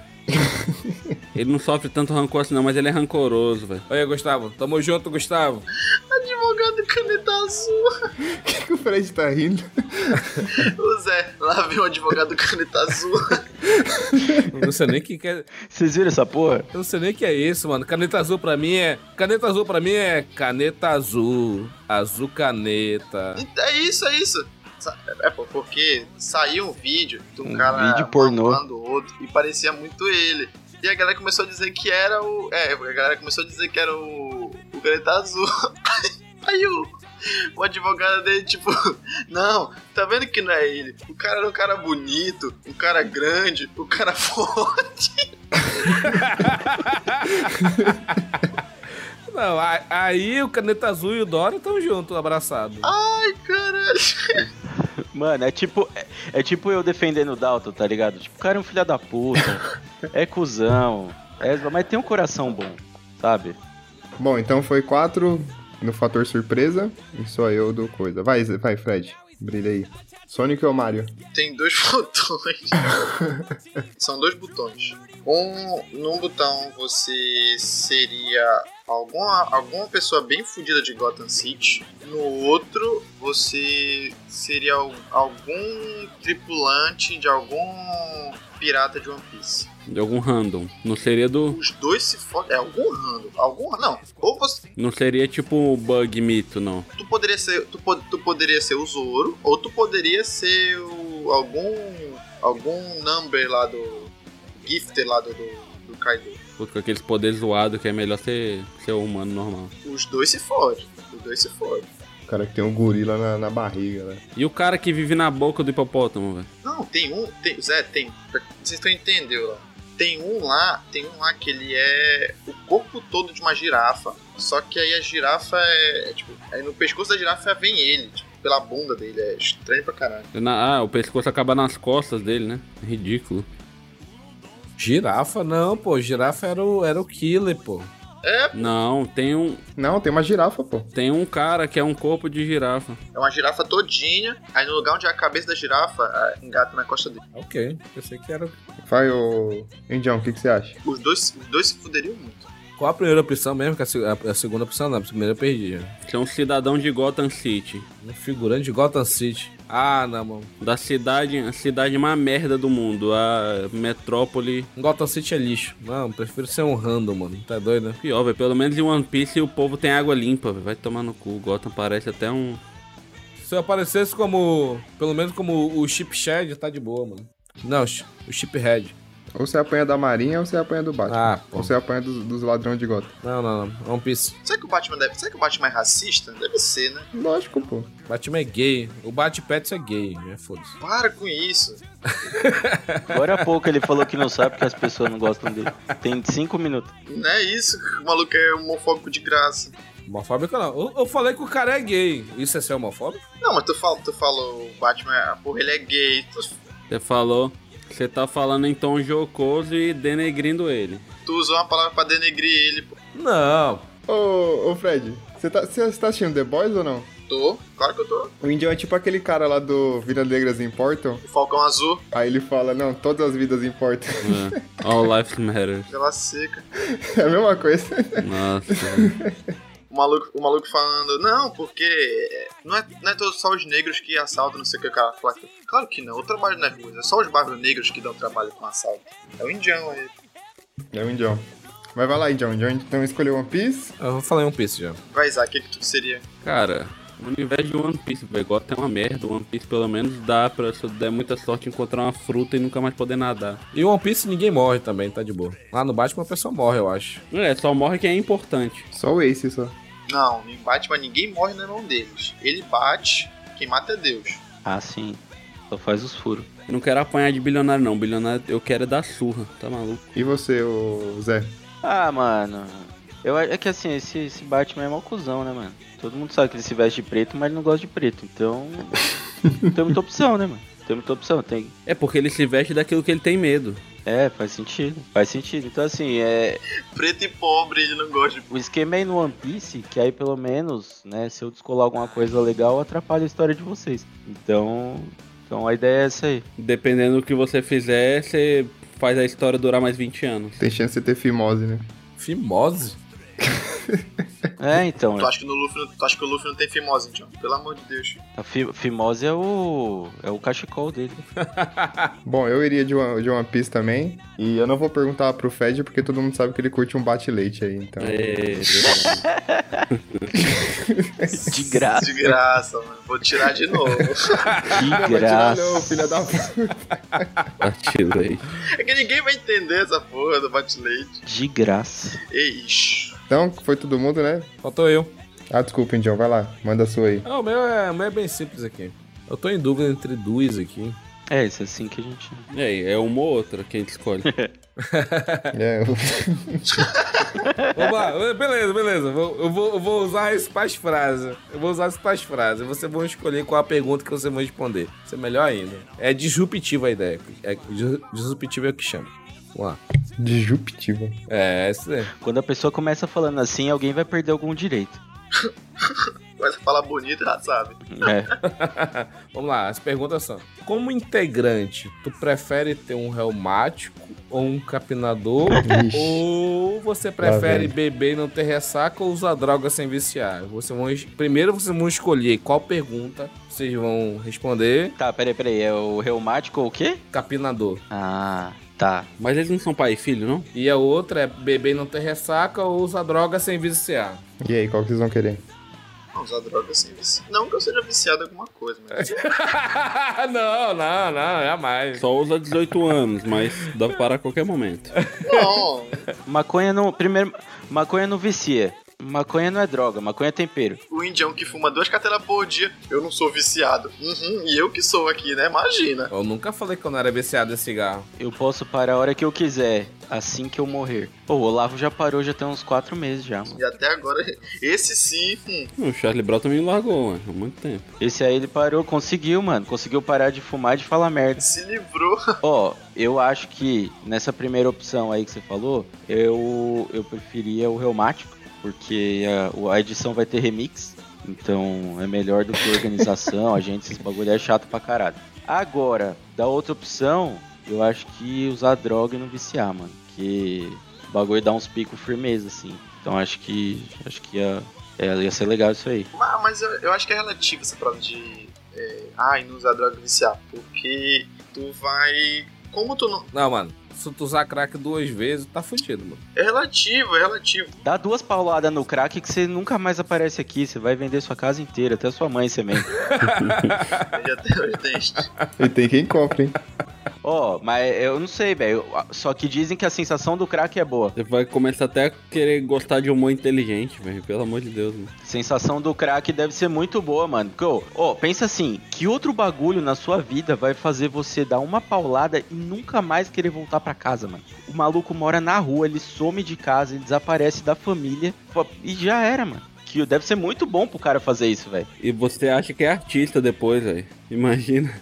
Ele não sofre tanto rancor assim não, mas ele é rancoroso, velho. Olha, Gustavo. Tamo junto, Gustavo. Advogado caneta azul. [laughs] [laughs] Por que, que o Fred tá rindo? O Zé, lá vem o advogado caneta azul. Eu não sei nem o que, que é. Vocês viram essa porra? Eu não sei nem o que é isso, mano. Caneta azul pra mim é. Caneta azul pra mim é. Caneta azul. Azul caneta. É isso, é isso. Sa- É pô, porque saiu um vídeo de um, Um cara vídeo pornô. mamando o outro e parecia muito ele. E a galera começou a dizer que era o. É, a galera começou a dizer que era o. O Greta Azul. [laughs] Aí o. O advogado dele, tipo, [laughs] não, tá vendo que não é ele? O cara era um cara bonito, um cara grande, um cara [laughs] forte. Não, a- aí o Caneta Azul e o Dora estão juntos, abraçados. Ai, caralho. Mano, é tipo, é, é tipo eu defendendo o Dalton, tá ligado? Tipo, o cara é um filho da puta, é cuzão, é, mas tem um coração bom, sabe? Bom, então foi quatro no fator surpresa e só eu dou coisa. Vai, Zé- vai, Fred. Brilha aí. Sonic ou Mario? Tem dois [laughs] botões. São dois botões. Um, num botão você seria alguma, alguma pessoa bem fodida de Gotham City. No outro, você seria al- algum tripulante de algum pirata de One Piece. De algum random. Não seria do. Os dois se fodem. É algum rando. Algum. Não. Ou você. Não seria tipo o bug mito, não. Tu poderia ser. Tu, po- tu poderia ser o Zoro. Ou tu poderia ser o, algum. algum number lá do. Gifter lá do, do, do Kaido. Puta, Com aqueles poderes zoados que é melhor ser, ser humano normal. Os dois se fodem. Os dois se fodem. O cara que tem um gorila na, na barriga, né? E o cara que vive na boca do hipopótamo, velho? Não, tem um. Tem, Zé, tem. Vocês estão entendendo lá. Tem um lá, tem um lá que ele é o corpo todo de uma girafa. Só que aí a girafa é. é, tipo, aí no pescoço da girafa vem ele, tipo, pela bunda dele. É estranho pra caralho. Na- Ah, o pescoço acaba nas costas dele, né? Ridículo. Girafa não, pô. Girafa era o, era o Killer, pô. Não, tem um, Não, tem uma girafa, pô. tem um cara que é um corpo de girafa. É uma girafa todinha, aí no lugar onde é a cabeça da girafa, ah, engata na costa dele. Ok, pensei que era. Vai, ô. Indião, o que, que você acha? Os dois, os dois se fuderiam muito. Qual a primeira opção mesmo? Que a, se- a- a segunda opção não, a primeira eu perdi. Que é um cidadão de Gotham City. Um figurante de Gotham City. Ah, não, mano. Da cidade, a cidade mais merda do mundo. A metrópole Gotham City é lixo. Não, prefiro ser um random, mano. Tá doido, né? pior, velho. Pelo menos em One Piece o povo tem água limpa, velho. Vai tomar no cu. Gotham parece até um. Se eu aparecesse como. Pelo menos como o Chip Shed, tá de boa, mano. Não, chi- o Chip Head. Ou você apanha da marinha ou você apanha do Batman. Ah, pô. Ou você apanha dos, dos ladrões de gota. Não, não, não. One Piece. Será que o Batman deve. Será que o Batman é racista? Deve ser, né? Lógico, pô. Batman é gay. O Bat-Pets é gay, né? Foda-se. Para com isso. Agora há pouco ele falou que não sabe porque as pessoas não gostam dele. Tem cinco minutos. Não é isso que o maluco é homofóbico de graça. Homofóbico não. Eu, eu falei que o cara é gay. Isso é ser homofóbico? Não, mas tu fala, tu fala o Batman, porra, ele é gay. Tu, Você falou. Você tá falando em tom jocoso e denegrindo ele. tu usou uma palavra pra denegrir ele, pô. Não. Ô, ô Fred, você tá, você você tá assistindo The Boys ou não? Tô, claro que eu tô. O Indião é tipo aquele cara lá do Vidas Negras Importam. O Falcão Azul, Aí ele fala, não, todas as vidas importam. [laughs] É. All lives matter. ela seca. É a mesma coisa. Nossa. velho. O maluco, o maluco falando, não, porque é, não é, não é todos só os negros que assaltam, não sei o que, o cara fala. Claro que não, eu trabalho nas ruas, é só os barros negros que dão trabalho com assalto. É o indião aí. É o Indião. Mas vai lá, Indião. Indião então escolheu One Piece. Eu vou falar em One Piece já. Vai, Isaac, o que, que tu seria? Cara, o universo de One Piece, velho. Gotham é uma merda. One Piece pelo menos dá pra, se eu der muita sorte, encontrar uma fruta e nunca mais poder nadar. E One Piece ninguém morre também, tá de boa. Lá no Batman a pessoa morre, eu acho. É, só morre quem é importante. Só o Ace, só. Não, em Batman ninguém morre na mão deles. Ele bate, quem mata é Deus. Ah, sim. Só faz os furos. Eu não quero apanhar de bilionário, não. Bilionário eu quero é dar surra, tá maluco? E você, o Zé? Ah, mano. Eu, a- é que assim, esse, esse Batman é mó cuzão, né, mano? Todo mundo sabe que ele se veste de preto, mas ele não gosta de preto. Então. não tem muita opção, né, mano? Não Tem muita opção. Tem... É porque ele se veste daquilo que ele tem medo. É, faz sentido. Faz sentido. Então, assim, é, Preto e pobre, ele não gosta de o esquema aí no One Piece, que aí pelo menos, né, se eu descolar alguma coisa legal, atrapalha a história de vocês. Então. Então a ideia é essa aí. Dependendo do que você fizer, você faz a história durar mais 20 anos. Tem chance de você ter fimose, né? Fimose? É, então. Tu acha que, no Luffy, não- tu acha que o Luffy não tem fimose, então? Pelo amor de Deus. A fi- Fimose é o. é o cachecol dele. Bom, eu iria de One, de One Piece também. E eu não vou perguntar pro Fed, porque todo mundo sabe que ele curte um bate-leite aí, então. É, [laughs] De graça. De graça, mano. Vou tirar de novo. [laughs] De Vai tirar não, graça. filha da puta. atirei. É que ninguém vai entender essa porra do bate-leite. De graça. Ei, ixi. Então, foi todo mundo, né? Faltou eu. Ah, desculpa, Indião, vai lá, manda a sua aí. Ah, o meu é, o meu é bem simples aqui. Eu tô em dúvida entre duas aqui. É, isso é assim que a gente. E aí, é uma ou outra que a gente escolhe? É, eu- [laughs] Vamos [laughs] lá, eh, beleza, beleza. Vou- Eu vou, eu vou usar as pás frases. Eu vou usar as pás frases. Vocês vão escolher qual a pergunta que vocês vão responder. Isso é melhor ainda. É disruptiva a ideia. É, dis- disruptiva é o que chama. Vamos lá. disruptiva. É, isso é. Quando a pessoa começa falando assim, alguém vai perder algum direito. Começa a falar bonito, já sabe. É. Vamos lá, as perguntas são: Como integrante, tu prefere ter um reumático ou um capinador? Ixi. ou você prefere vem. beber e não ter ressaca ou usar droga sem viciar? Vocês vão, es- primeiro vocês vão escolher qual pergunta vocês vão responder. Tá, peraí, peraí. É o reumático ou o quê? Capinador. Ah, tá. Mas eles não são pai e filho, não? E a outra é beber e não ter ressaca ou usar droga sem viciar. [laughs] E aí, qual que vocês vão querer? Não, usar droga sem vici. Não que eu seja viciado em alguma coisa, [laughs] mas. não, não, não, jamais. Só usa 18 anos, mas dá pra parar a qualquer momento. Não, Maconha não. Primeiro. Maconha não vicia. Maconha não é droga, maconha é tempero. o indião que fuma duas carteiras por dia, eu não sou viciado. Uhum, e eu que sou aqui, né? Imagina. Eu nunca falei que eu não era viciado em cigarro. Eu posso parar a hora que eu quiser, assim que eu morrer. Pô, o Olavo já parou já tem uns quatro meses já, mano. E até agora, [laughs] esse sim, hum, O Charlie Brown também largou, mano, há muito tempo. Esse aí ele parou, conseguiu, mano. Conseguiu parar de fumar e de falar merda. se livrou. Ó, eu acho que nessa primeira opção aí que você falou, eu, eu preferia o reumático, porque a, o- a edição vai ter remix, então é melhor do que organização, a gente, esses bagulho é chato pra caralho. Agora, da outra opção, eu acho que usar droga e não viciar, mano, porque o bagulho dá uns picos firmeza, assim. Então acho que, acho que ia, é, ia ser legal isso aí. Ah, mas eu, eu acho que é relativo essa prova de. É, ai, não usar droga e viciar. Porque tu vai. Como tu não. Não, mano, se tu usar crack duas vezes, tá fudido, mano. É relativo, é relativo. Dá duas pauladas no crack que você nunca mais aparece aqui, você vai vender sua casa inteira, até sua mãe você vende. Aí até hoje né, tem isso. E tem quem compra, hein? Ó, mas eu não sei, velho. Só que dizem que a sensação do crack é boa. Você vai começar até a querer gostar de humor inteligente, velho. Pelo amor de Deus, mano. Sensação do crack deve ser muito boa, mano. Porque, Ô, ó, pensa assim, que outro bagulho na sua vida vai fazer você dar uma paulada e nunca mais querer voltar pra casa, mano? O maluco mora na rua, ele some de casa, ele desaparece da família pô, e já era, mano. Que deve ser muito bom pro cara fazer isso, velho. E você acha que é artista depois, velho. Imagina.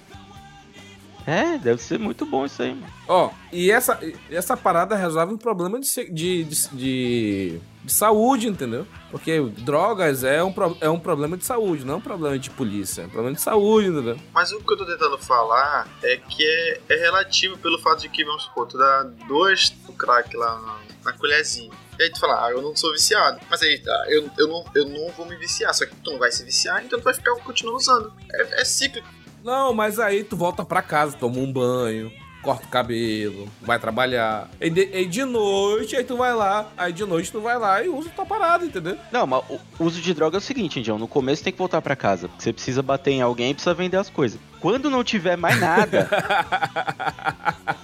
É, deve ser muito bom isso aí, mano. Ó, e essa, e essa parada resolve um problema de, se- de, de, de- de saúde, entendeu? Porque drogas é um, pro- é um problema de saúde, não é um problema de polícia. É um problema de saúde, entendeu? Mas o que eu tô tentando falar é que é, é relativo pelo fato de que, vamos supor, tu dá dois do crack lá na, na colherzinha. E aí tu fala, ah, eu não sou viciado. Mas aí, tá, eu, eu, não, eu não vou me viciar. Só que tu não vai se viciar, então tu vai ficar continuando usando. É, é cíclico. Não, mas aí tu volta pra casa, toma um banho, corta o cabelo, vai trabalhar. E de, e de noite, aí tu vai lá, aí de noite tu vai lá e usa tua parada, entendeu? Não, mas o uso de droga é o seguinte, Indião. No começo tem que voltar pra casa. Porque você precisa bater em alguém e precisa vender as coisas. Quando não tiver mais [laughs] nada,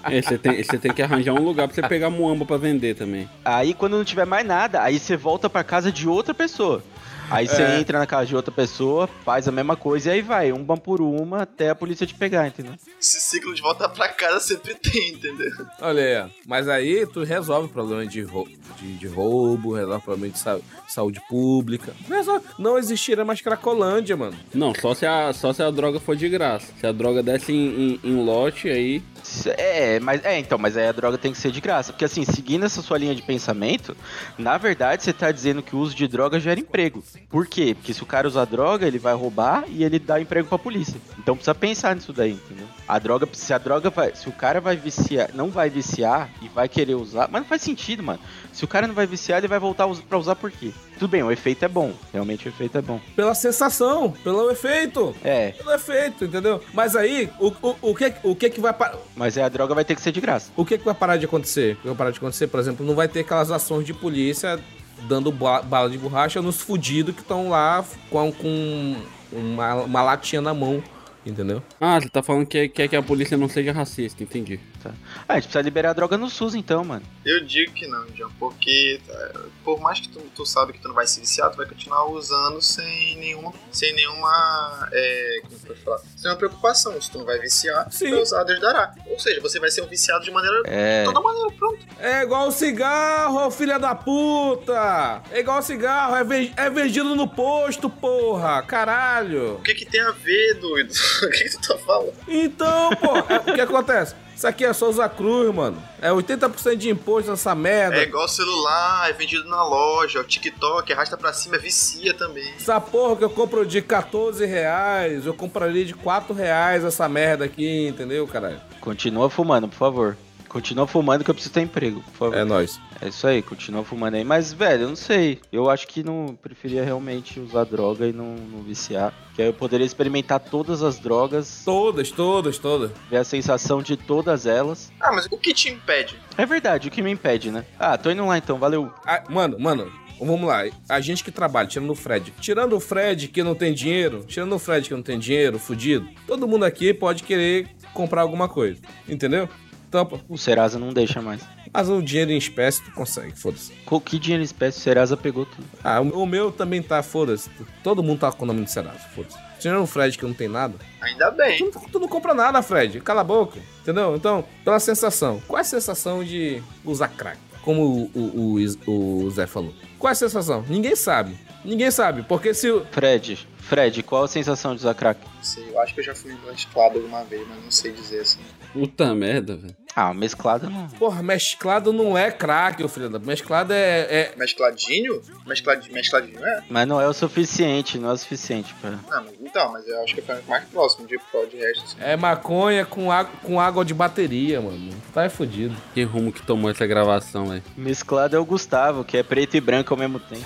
É, você tem, você tem que arranjar um lugar pra você pegar muamba pra vender também. Aí quando não tiver mais nada, aí você volta pra casa de outra pessoa. Aí você É. entra na casa de outra pessoa, faz a mesma coisa e aí vai, uma por uma até a polícia te pegar, entendeu? Esse ciclo de volta pra casa sempre tem, entendeu? Olha aí, ó. mas aí tu resolve o problema de, rou- de, de roubo, resolve o problema de sa- saúde pública. Resolve. Não existirá mais Cracolândia, mano. Não, só se a, só se a droga for de graça. Se a droga desce em, em- em lote, aí. Cê- É, mas é, então, mas aí a droga tem que ser de graça. Porque assim, seguindo essa sua linha de pensamento, na verdade você tá dizendo que o uso de droga gera emprego. Por quê? Porque se o cara usar droga, ele vai roubar e ele dá emprego pra polícia. Então precisa pensar nisso daí, entendeu? A droga, se a droga vai. Se o cara vai viciar, não vai viciar e vai querer usar. Mas não faz sentido, mano. Se o cara não vai viciar, ele vai voltar a us- pra usar por quê? Tudo bem, o efeito é bom. Realmente o efeito é bom. Pela sensação, pelo efeito. É, Pelo efeito, entendeu? Mas aí, o, o, o, que, o que que vai pa- mas aí a droga vai ter que ser de graça. o que que vai parar de acontecer? O que vai parar de acontecer, por exemplo, não vai ter aquelas ações de polícia dando ba- bala de borracha nos fudidos que estão lá com, com uma, uma latinha na mão, entendeu? Ah, você tá falando que quer que a polícia não seja racista, entendi. Ah, a gente precisa liberar a droga no SUS então, mano. Eu digo que não, John, porque tá, por mais que tu, tu sabe que tu não vai se viciar, tu vai continuar usando sem nenhuma, sem nenhuma, é, como pode falar, sem nenhuma preocupação. Se tu não vai viciar, Sim. tu vai usar, Deus dará. Ou seja, você vai ser um viciado de maneira, É. de toda maneira, pronto. É igual cigarro, filha da puta! É igual cigarro, é, ve- é vendido no posto, porra! Caralho! O que que tem a ver, doido? [laughs] O que que tu tá falando? Então, pô, é- o que acontece? Isso aqui é Souza Cruz, mano. É 80% de imposto nessa merda. É igual celular, é vendido na loja, o TikTok, arrasta pra cima, é vicia também. Essa porra que eu compro de 14 reais, eu compraria de 4 reais essa merda aqui, entendeu, caralho? Continua fumando, por favor. Continua fumando que eu preciso ter emprego, por favor. É nóis. É isso aí, continua fumando aí. Mas, velho, eu não sei. Eu acho que não preferia realmente usar droga e não, não viciar. Que aí eu poderia experimentar todas as drogas, Todas, todas, todas. ver a sensação de todas elas. Ah, mas o que te impede? É verdade, o que me impede, né? Ah, tô indo lá então, valeu. Ah, mano, mano, vamos lá. A gente que trabalha, tirando o Fred. Tirando o Fred que não tem dinheiro, tirando o Fred que não tem dinheiro, fudido, todo mundo aqui pode querer comprar alguma coisa, entendeu? Então, pô, O Serasa não deixa mais. mas o dinheiro em espécie tu consegue, foda-se. Com que dinheiro em espécie o Serasa pegou tudo? Ah, o o meu também tá, foda-se. Todo mundo tá com o nome do Serasa, foda-se. Tirando o Fred que não tem nada, Ainda Tu bem. não, tu não compra nada, Fred. Cala a boca. Entendeu? Então, pela sensação. Qual é a sensação de usar crack? Como o, o- o Is- o Zé falou. Qual é a sensação? Ninguém sabe. Ninguém sabe. Porque se. o- Fred, Fred, qual a sensação de usar crack? Não sei, eu acho que eu já fui mesclado alguma vez, mas não sei dizer assim. Puta merda, velho. Ah, mesclada não. Porra, mesclado não é crack, ô filho da. Mesclado é. é- Mescladinho? Mescladinho, mescladinho, é? Mas não é o suficiente, não é o suficiente pra. Não, mas então, mas eu acho que é mais próximo de pro de resto. assim. [laughs] é maconha com, água- com água de bateria, mano. Tá é fudido. Que rumo que tomou essa gravação, velho. Mesclado é o Gustavo, que é preto e branco ao mesmo tempo.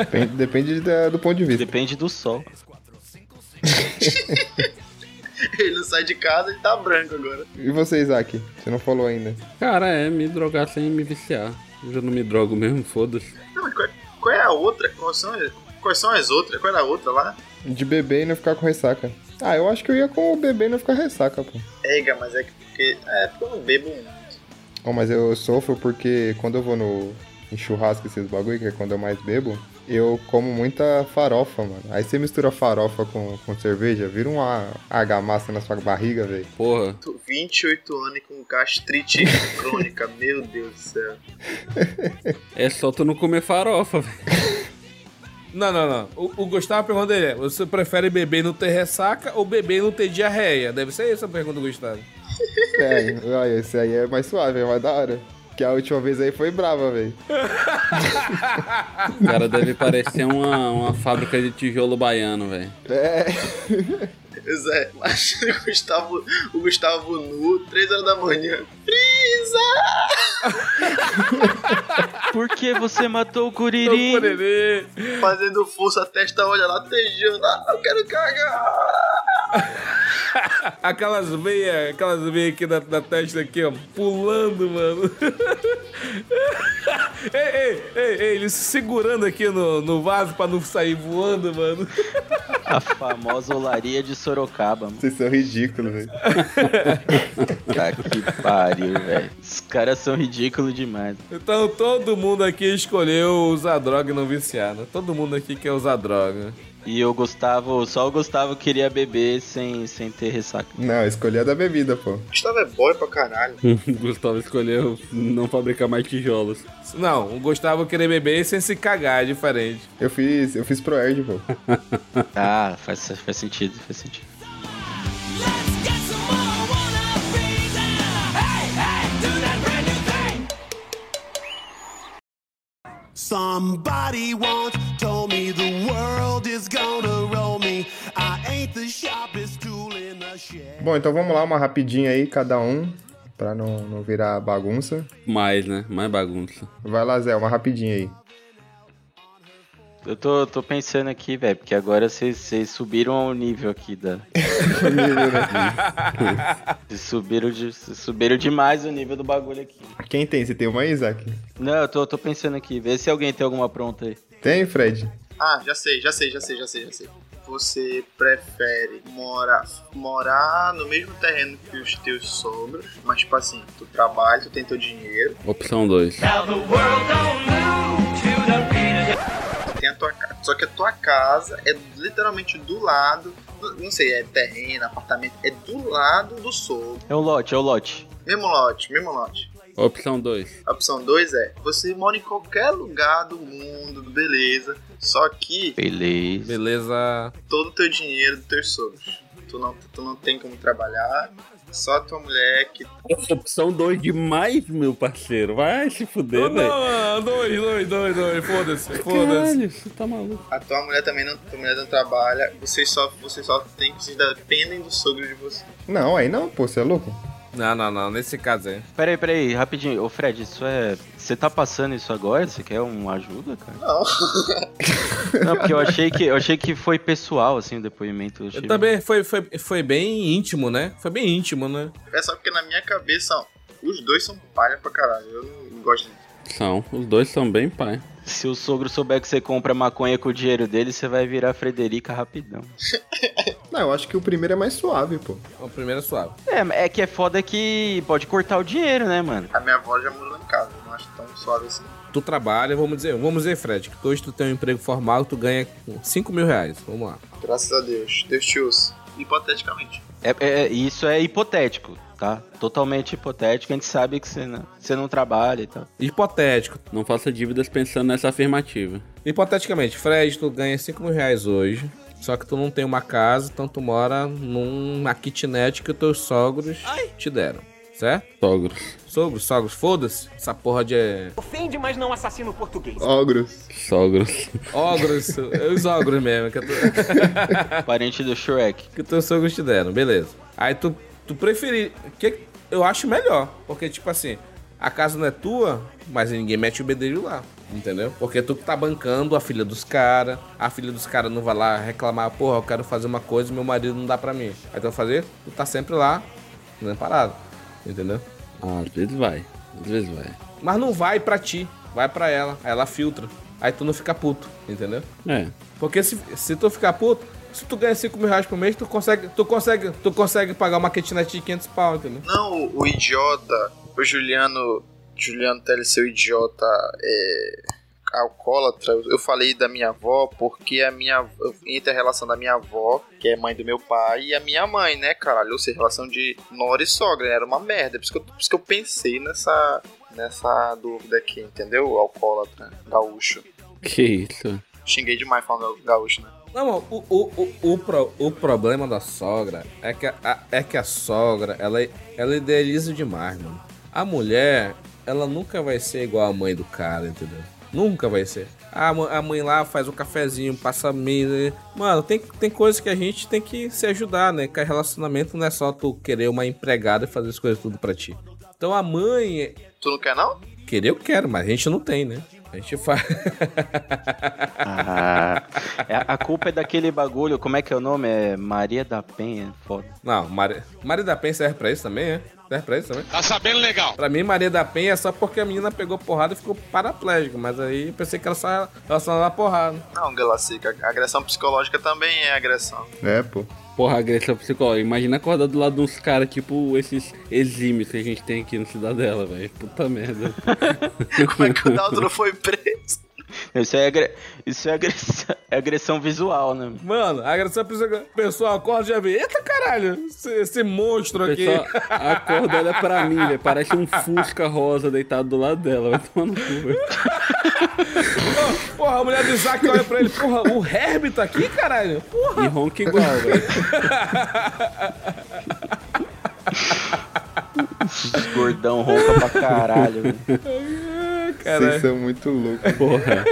Depende, depende da- do ponto de vista. Depende do sol. Ele não sai de casa e tá branco agora. E você, Isaac? Você não falou ainda. Cara, é me drogar sem me viciar. Eu já não me drogo mesmo, foda-se. Não, mas qual, qual é a outra? Quais são, as- quais são as outras? Qual era a outra lá? De beber e não ficar com ressaca. Ah, eu acho que eu ia com o beber e não ficar ressaca, pô. Ega, mas é que porque. É porque eu não bebo muito. Oh, mas eu sofro porque quando eu vou no em churrasco esses bagulho, que é quando eu mais bebo, eu como muita farofa, mano. Aí você mistura farofa com, com cerveja, vira uma argamassa na sua barriga, velho. Porra. Tô 28 anos e com gastrite crônica, [laughs] meu Deus do céu. É só tu não comer farofa, velho. Não, não, não. O, o Gustavo, a pergunta dele é: você prefere beber e não ter ressaca ou beber e não ter diarreia? Deve ser essa a pergunta do Gustavo. É, olha, esse aí é mais suave, é mais da hora. Que a última vez aí foi brava, velho. O cara deve parecer uma, uma fábrica de tijolo baiano, velho. [laughs] É, Zé, imagina é, o Gustavo, o Gustavo nu, 3 horas da manhã. Frieza! Por que você matou o Curirim? Fazendo força, a testa olha lá, tejando. Ah, eu quero cagar! Aquelas veias, aquelas veias aqui da, da testa aqui, ó, pulando, mano. [laughs] ei, ei, ei, ei, ele se segurando aqui no, no vaso pra não sair voando, mano. A famosa olaria de Sorocaba. mano. vocês são ridículos, velho. Tá que pariu, velho. Os caras são ridículos demais. Então todo mundo aqui escolheu usar droga e não viciar, né? Todo mundo aqui quer usar droga. E o Gustavo, só o Gustavo queria beber sem, sem ter ressaca. Não, escolhi a da bebida, pô. Gustavo é boy pra caralho. Gustavo escolheu não fabricar mais tijolos. Não, o Gustavo querer beber sem se cagar, é diferente. Eu fiz, eu fiz pro Erd, pô. Ah, faz, faz sentido, faz sentido. Somebody once told me the world is gonna roll me. I ain't the sharpest tool in the shed. Bom, então vamos lá, uma rapidinha aí, cada um, pra não, não virar bagunça. Mais, né? Mais bagunça. Vai lá, Zé, uma rapidinha aí. Eu tô, tô pensando aqui, velho, porque agora vocês- vocês subiram o nível aqui da. Vocês subiram, de, vocês subiram demais o nível do bagulho aqui. Quem tem? Você tem uma aí, Isaac? Não, eu tô, tô pensando aqui, vê se alguém tem alguma pronta aí. Tem, Fred? Ah, já sei, já sei, já sei, já sei, já sei. Você prefere morar, morar no mesmo terreno que os teus sogros, mas tipo assim, tu trabalha, tu tem teu dinheiro, Opção 2. tu tem a tua casa. Só que a tua casa é literalmente do lado, do- não sei, é terreno, apartamento, é do lado do sogro. É o lote, é o lote. Mesmo lote, mesmo lote. Opção 2. A opção 2 é, você mora em qualquer lugar do mundo, beleza, só que Beleza. Beleza. todo o teu dinheiro dos teus sogros. Tu não, tu não tem como trabalhar, só a tua mulher que Opção 2 demais, meu parceiro. Vai se fuder, velho. não, dois, dois, dois, dois. Foda-se, Caralho, você tá maluco. A tua mulher também não, tua mulher não trabalha, vocês só, vocês só tem, vocês dependem do sogro de vocês. Não, aí não, pô, você é louco? Não, não, não. Nesse caso aí. Peraí, peraí, rapidinho. Ô Fred, isso é. Você tá passando isso agora? Você quer uma ajuda, cara? Não. Não, porque eu achei que eu achei que foi pessoal, assim, o depoimento. achei- Eu também foi, foi, foi bem íntimo, né? Foi bem íntimo, né? É só porque na minha cabeça, ó, os dois são palha pra caralho. Eu não gosto de. São, os dois são bem pai. Se o sogro souber que você compra maconha com o dinheiro dele, você vai virar Frederica rapidão. Não, eu acho que o primeiro é mais suave, pô. O primeiro é suave. É, mas é que é foda que pode cortar o dinheiro, né, mano? A minha avó já morou em casa, eu não acho tão suave assim. Tu trabalha, vamos dizer, vamos dizer, Fred, que hoje tu tem um emprego formal, tu ganha 5 mil reais. Vamos lá. Graças a Deus. Deus te ouça. Hipoteticamente. É, é- é- isso é hipotético, tá? Totalmente hipotético. A gente sabe que você não, você não trabalha e tal. Hipotético. Não faça dívidas pensando nessa afirmativa. Hipoteticamente, Fred, tu ganha 5 mil reais hoje. Só que tu não tem uma casa, então tu mora numa kitnet que os teus sogros te deram. Certo? Sogros. Sogros, sogros, foda-se. Essa porra de. é, Ofende, mas não assassina o português. Ogros. Sogros. Ogros, é os ogros mesmo. Que tu... É. Parente do Shrek. [laughs] que teus sogros te deram, beleza. Aí tu, tu preferir. Que eu acho melhor. Porque, tipo assim, a casa não é tua, mas ninguém mete o bedelho lá. Entendeu? Porque tu que tá bancando a filha dos caras, a filha dos caras não vai lá reclamar, porra, eu quero fazer uma coisa e meu marido não dá pra mim. Aí tu vai fazer, tu tá sempre lá, fazendo parado. Entendeu? Ah, às vezes vai. Às vezes vai. Mas não vai pra ti, vai pra ela. Aí ela filtra. Aí tu não fica puto, entendeu? É. Porque se, se tu ficar puto, se tu ganha 5 mil reais por mês, tu consegue, tu consegue, tu consegue pagar uma kitnet de 500 pau, entendeu? Não, o, o idiota, o Juliano. Juliano Teles, seu idiota é, alcoólatra. Eu eu falei da minha avó porque a minha av- entre a relação da minha avó, que é mãe do meu pai, e a minha mãe, né, caralho? Ou seja, relação de nora e sogra, era uma merda. Por isso que eu, por isso que eu pensei nessa, nessa dúvida aqui, entendeu? Alcoólatra, gaúcho. Que isso. Xinguei demais falando gaúcho, né? Não, mano, o, o, o, o, pro- o problema da sogra é que a, a- é que a sogra, ela, ela idealiza demais, mano. A mulher, ela nunca vai ser igual a mãe do cara, entendeu? Nunca vai ser. A, mã- a mãe lá faz o cafezinho, passa a mesa. Mano, tem, tem coisas que a gente tem que se ajudar, né? Que relacionamento não é só tu querer uma empregada e fazer as coisas tudo pra ti. Então a mãe, Tu não quer, não? Querer eu quero, mas a gente não tem, né? A gente faz. Ah, é- a culpa é daquele bagulho, como é que é o nome? É Maria da Penha, foda. [laughs] Não, Maria, Maria da Penha serve pra isso também, é? Serve pra isso também? Tá sabendo legal. Pra mim, Maria da Penha é só porque a menina pegou porrada e ficou paraplégica, mas aí eu pensei que era só relacionada à porrada. Não, Galacica. Agressão psicológica também é agressão. É, pô. Porra, agressão psicológica. Imagina acordar do lado de uns caras, tipo esses exímios que a gente tem aqui no Cidadela, velho. Puta merda. Como é que o Dalton não foi preso? Isso é, agre- isso é agressão, é agressão visual, né? Mano, a agressão psicológica. Pessoal, acorda e já vê. Eita caralho, esse, esse monstro aqui. [laughs] Pessoal, acorda, olha pra mim, velho. Parece um fusca rosa deitado do lado dela. Vai tomar no cu, velho. Porra, a mulher do Isaac olha pra ele. Porra, o Herbie tá aqui, caralho? Porra. E ronca igual, velho. Esses gordão ronca pra caralho. né? velho. Vocês são muito loucos. Porra.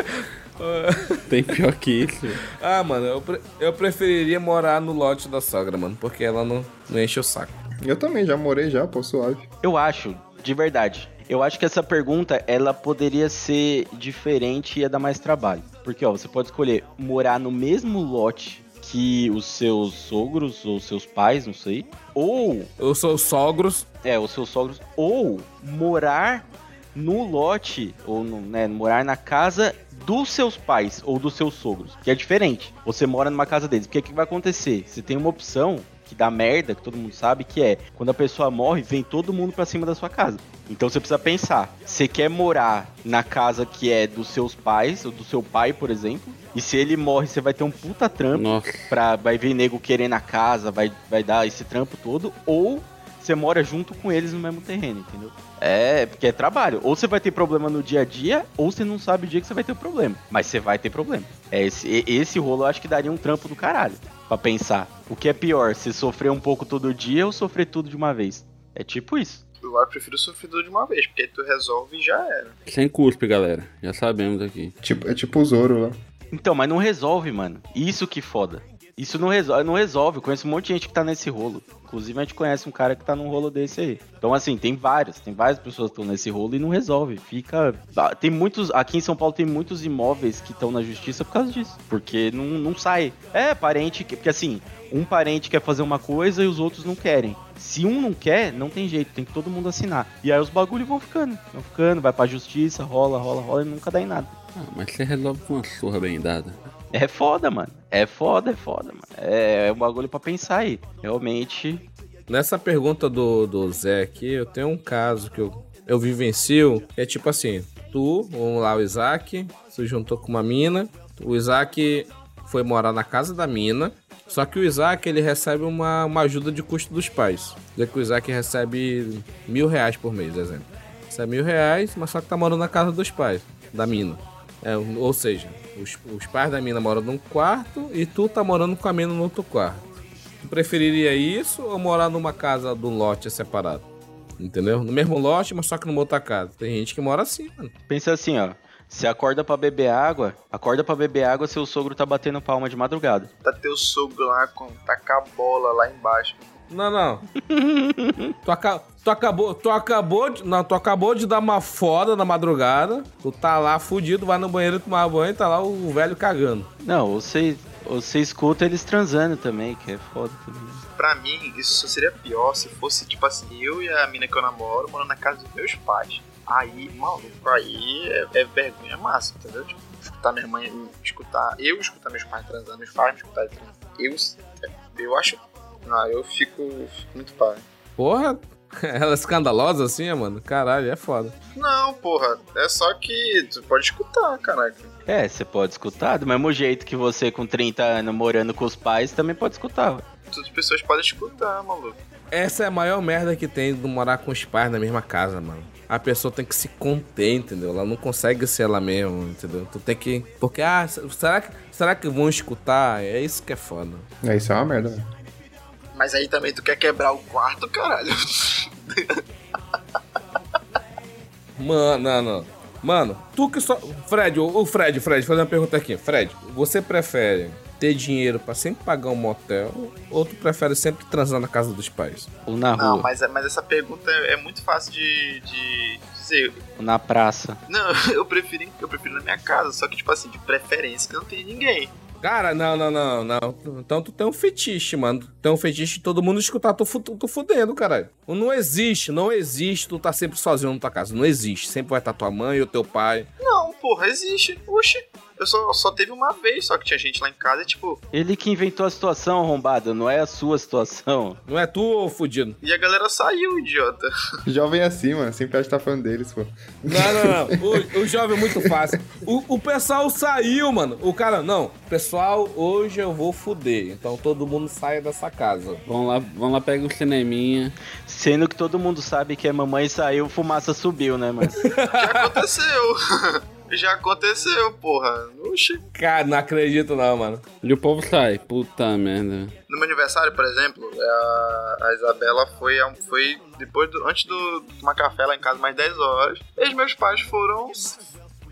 Tem pior que isso. Ah, mano, eu, pre- eu preferiria morar no lote da sogra, mano, porque ela não, não enche o saco. Eu também já morei já, pô, suave. Eu acho, de verdade. Eu acho que essa pergunta, ela poderia ser diferente e ia dar mais trabalho. Porque, ó, você pode escolher morar no mesmo lote que os seus sogros ou seus pais, não sei. Ou, Eu sou sogros. é, os seus sogros. Ou morar no lote, ou no, né, morar na casa dos seus pais ou dos seus sogros. Que é diferente. Você mora numa casa deles. Porque o que vai acontecer? Você tem uma opção que dá merda, que todo mundo sabe, que é quando a pessoa morre, vem todo mundo pra cima da sua casa. Então você precisa pensar, você quer morar na casa que é dos seus pais, ou do seu pai, por exemplo, e se ele morre, você vai ter um puta trampo, Nossa. pra, vai vir nego querendo a casa, vai, vai dar esse trampo todo, ou você mora junto com eles no mesmo terreno, entendeu? É, porque é trabalho. Ou você vai ter problema no dia a dia, ou você não sabe o dia que você vai ter o problema. Mas você vai ter problema. É esse, e- esse rolo eu acho que daria um trampo do caralho. Pra pensar. O que é pior, se sofrer um pouco todo dia ou sofrer tudo de uma vez? É tipo isso. Eu acho que prefiro sofrer tudo de uma vez, porque aí tu resolve e já era. Sem cuspe, galera. Já sabemos aqui. Tipo, é tipo o Zoro lá. Então, mas não resolve, mano. Isso que foda. Isso não resolve, não resolve. Eu conheço um monte de gente que tá nesse rolo. Inclusive, a gente conhece um cara que tá num rolo desse aí. Então, assim, tem vários. Tem várias pessoas que estão nesse rolo e não resolve. Fica. ah, Tem muitos. Aqui em São Paulo tem muitos imóveis que estão na justiça por causa disso. Porque não, não sai. É, parente. que- Porque assim, um parente quer fazer uma coisa e os outros não querem. Se um não quer, não tem jeito, tem que todo mundo assinar. E aí os bagulhos vão ficando, vão ficando, vai pra justiça, rola, rola, rola e nunca dá em nada. Ah, mas você resolve com uma surra bem dada. É foda, mano. É foda, é foda, mano. É, é um bagulho pra pensar aí. Realmente. Nessa pergunta do, do Zé aqui, eu tenho um caso que eu, eu vivencio. que É tipo assim, tu, vamos lá, o Isaac, se juntou com uma mina. O Isaac foi morar na casa da mina. Só que o Isaac, ele recebe uma, uma ajuda de custo dos pais. Quer dizer que o Isaac recebe mil reais por mês, exemplo. Isso é mil reais, mas só que tá morando na casa dos pais, da mina. É, ou seja, os, os pais da mina moram num quarto e tu tá morando com a mina no outro quarto. Tu preferiria isso ou morar numa casa do lote separado? Entendeu? No mesmo lote, mas só que numa outra casa. Tem gente que mora assim, mano. Pensa assim, ó. Você acorda pra beber água, acorda pra beber água, seu sogro tá batendo palma de madrugada. Tá teu sogro lá com tacar a bola lá embaixo. Não, não. tu, aca- tu acabou, tu acabou de, não, tu acabou de dar uma foda na madrugada. Tu tá lá fudido, vai no banheiro tomar banho, tá lá o velho cagando. Não, ou você, ou você escuta eles transando também, que é foda também. Pra mim, isso só seria pior se fosse, tipo assim, eu e a mina que eu namoro morando na casa dos meus pais. Aí, maluco, aí é, é vergonha máxima, entendeu? Tipo, escutar minha mãe, escutar, eu escutar meus pais transando, meus pais me escutarem transando. Eu, é, eu acho, não, eu fico, fico muito pai. Porra, [laughs] ela é escandalosa assim, mano. Caralho, é foda. Não, porra, é só que tu pode escutar, caraca. É, você pode escutar, do mesmo jeito que você com 30 anos morando com os pais também pode escutar. ué. Todas as pessoas podem escutar, maluco. Essa é a maior merda que tem de morar com os pais na mesma casa, mano. A pessoa tem que se conter, entendeu? Ela não consegue ser ela mesma, entendeu? Tu tem que. Porque, ah, será que, será que vão escutar? É isso que é foda. É, isso é uma merda, velho. Mas aí também tu quer quebrar o quarto, caralho. Mano, não, não. Mano, tu que só. Fred, o o Fred, Fred, vou fazer uma pergunta aqui. Fred, você prefere ter dinheiro pra sempre pagar um motel ou tu prefere sempre transar na casa dos pais? Ou na Não, rua, mas, mas essa pergunta é é muito fácil de, de dizer. ou na praça. Não, [laughs] eu prefiro, eu prefiro na minha casa, só que, tipo assim, de preferência que não tem ninguém. Cara, não, não, não, não. Então tu tem um fetiche, mano. Tu tem um fetiche de todo mundo escutar tu, fu- tu fudendo, caralho. Não existe, não existe tu tá sempre sozinho na tua casa. Não existe. Sempre vai estar tua mãe ou teu pai. Não, porra, existe. Oxi, eu só, só teve uma vez, só que tinha gente lá em casa e, tipo, Ele que inventou a situação, arrombado, não é a sua situação. Não é tu, ô fudido. e a galera saiu, idiota. [laughs] Jovem assim, mano. Sempre acho que tá falando deles, pô. Não, não, não. [laughs] O, o jovem é muito fácil. O, o pessoal saiu, mano. O cara, não. Pessoal, hoje eu vou fuder. Então todo mundo saia dessa casa. Vamos lá, vamos lá, pega um cineminha. Sendo que todo mundo sabe que a mamãe saiu, fumaça subiu, né, mano? Já aconteceu. [laughs] Já aconteceu, porra. Oxi. Cara, não acredito não, mano. E o povo sai. Puta merda. No meu aniversário, por exemplo, a, a Isabela foi, a- foi depois do, antes do tomar café lá em casa, mais 10 horas. E os meus pais foram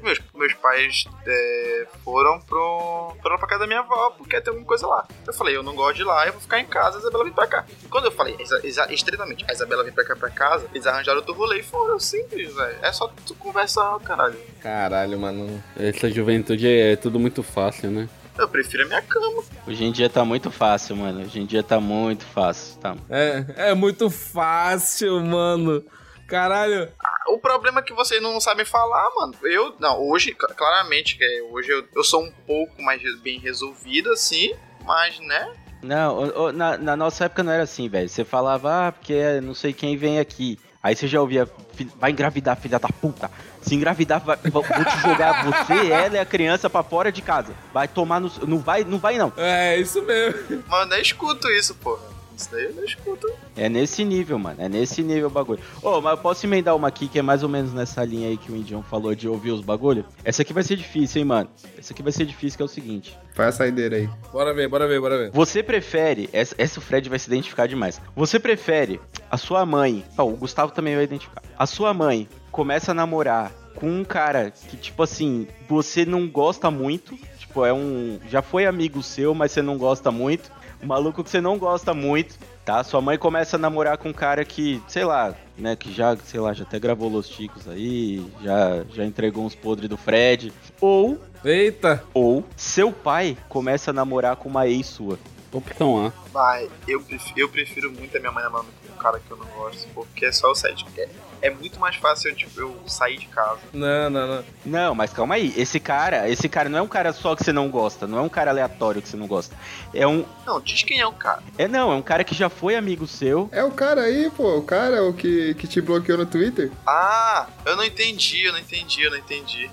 meus, meus pais é, foram pro, foram pra casa da minha avó porque tem alguma coisa lá. Eu falei, eu não gosto de ir lá, eu vou ficar em casa, a Isabela vem pra cá. E quando eu falei, exa- exa- estritamente, a Isabela vem pra cá pra casa, eles arranjaram outro rolê e foram simples, velho. É só tu conversar, caralho. Caralho, mano. Essa juventude é tudo muito fácil, né? Eu prefiro a minha cama. Hoje em dia tá muito fácil, mano. Hoje em dia tá muito fácil. Tá. É, é muito fácil, mano. Caralho. O problema é que vocês não sabem falar, mano. Eu, não, hoje, cl- claramente, é, hoje eu, eu sou um pouco mais re- bem resolvido, assim, mas, né? Não, ô- ô, na, na nossa época não era assim, velho. Você falava, ah, porque não sei quem vem aqui. Aí você já ouvia, "Fi- vai engravidar, filha da puta. Se engravidar, vai- vou vou te jogar você, ela e a criança pra fora de casa. Vai tomar no. Não vai, não vai não. É, isso mesmo. Mas eu nem escuto isso, porra. Isso daí eu não escuto. É nesse nível, mano. É nesse nível o bagulho. Ô, mas eu posso emendar uma aqui que é mais ou menos nessa linha aí que o Indião falou de ouvir os bagulhos? Essa aqui vai ser difícil, hein, mano? Essa aqui vai ser difícil, que é o seguinte. Vai a saideira aí. Bora ver, bora ver, bora ver. Você prefere. Essa, essa o Fred vai se identificar demais. Você prefere a sua mãe. Não, o Gustavo também vai identificar. A sua mãe começa a namorar com um cara que, tipo assim, você não gosta muito. Tipo, é um. Já foi amigo seu, mas você não gosta muito. Um maluco que você não gosta muito, tá? Sua mãe começa a namorar com um cara que, sei lá, né? Que já, sei lá, já até gravou Los Chicos aí, já, já entregou uns podres do Fred. Ou, Eita. ou, seu pai começa a namorar com uma ex sua. Opção A. Vai, eu prefiro, eu prefiro muito a minha mãe namorando com um cara que eu não gosto, porque é só eu sair de casa. É muito mais fácil eu, tipo, eu sair de casa. Não, não, não. Não, mas calma aí. Esse cara, esse cara não é um cara só que você não gosta, não é um cara aleatório que você não gosta. É um, Não, diz quem é o cara. é não, é um cara que já foi amigo seu. É o cara aí, pô, o cara o que, que te bloqueou no Twitter? Ah, eu não entendi, eu não entendi, eu não entendi.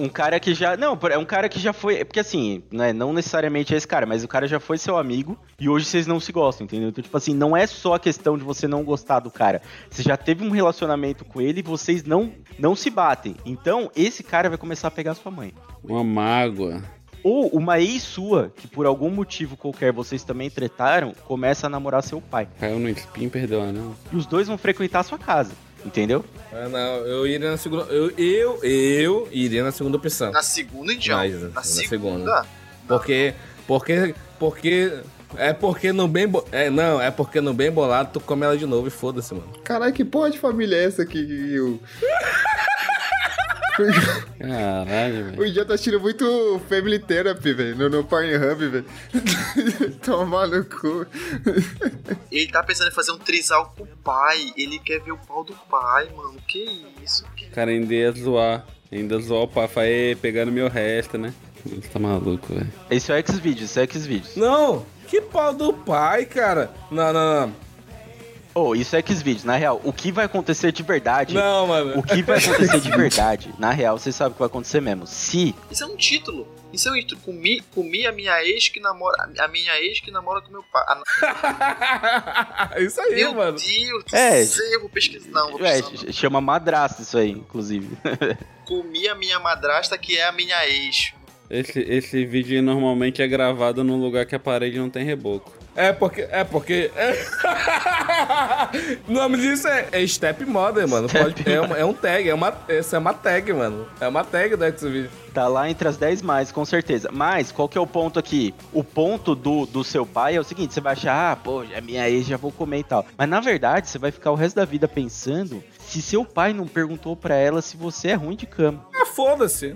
Um cara que já. Não, é um cara que já foi. é Porque assim, né, não necessariamente é esse cara, mas o cara já foi seu amigo e hoje vocês não se gostam, entendeu? Então, tipo assim, não é só a questão de você não gostar do cara. Você já teve um relacionamento com ele e vocês não, não se batem. Então, esse cara vai começar a pegar sua mãe. Uma mágoa. Ou uma ex sua, que por algum motivo qualquer vocês também tretaram, começa a namorar seu pai. Caiu no espinho, perdeu não. e os dois vão frequentar a sua casa, entendeu? Ah, não. Eu iria na segunda. Eu, eu, eu iria na segunda opção. Na segunda, Indião. Mas, na, na segunda. segunda. Porque. Porque. Porque. É porque no bem. bo- É, não, é porque no bem bolado tu come ela de novo e foda-se, mano. Caralho, que porra de família é essa que o, Caralho, velho. o Idiota tá assistindo muito Family Therapy, velho, no, no Pornhub, velho. [laughs] Toma no cu. Ele tá pensando em fazer um trisal com o pai. Ele quer ver o pau do pai, mano. Que isso? O cara ainda ia zoar. Ainda zoar o pafa aí, pegando meu resto, né? Você tá maluco, velho. Isso é Xvideos, isso é Xvideos. Não! Que pau do pai, cara! Não, não, não. Ou isso é Xvideos, na real. O que vai acontecer de verdade? Não, mano. O que vai acontecer de verdade? Na real, vocês sabem o que vai acontecer mesmo. Se Isso é um título. Isso é um título. Comi, comi a minha ex que namora. A minha ex que namora com meu pai. [laughs] Ah, [laughs] Isso aí, meu mano. Deus do É, céu, eu vou pesquisar. Não, vou é, pesquisar. não. ch- chama madrasta isso aí, inclusive. [laughs] Comi a minha madrasta que é a minha ex. Esse, esse vídeo normalmente é gravado num lugar que a parede não tem reboco. É porque. É [laughs] porque. é- o nome disso é, é Step Mother, mano. Pode- é, uma- é um tag, é uma, essa é uma tag, mano. É uma tag do Xvideos. Tá lá entre as 10 mais, com certeza. Mas, qual que é o ponto aqui? O ponto do, do seu pai é o seguinte, você vai achar, ah, pô, é minha ex, já vou comer e tal. Mas, na verdade, você vai ficar o resto da vida pensando se seu pai não perguntou pra ela se você é ruim de cama. Ah, foda-se.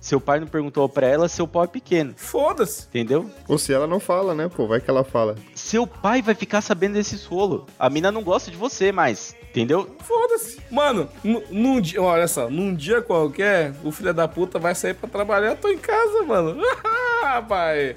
Seu pai não perguntou pra ela, seu pau é pequeno, Foda-se. entendeu? Ou se ela não fala, né, pô, vai que ela fala. Seu pai vai ficar sabendo desse rolo. A mina não gosta de você mais, entendeu? Foda-se. Mano, nu- num dia. Olha só, num dia qualquer, o filho da puta vai sair pra trabalhar, eu tô em casa, mano. [laughs] Ah, pai.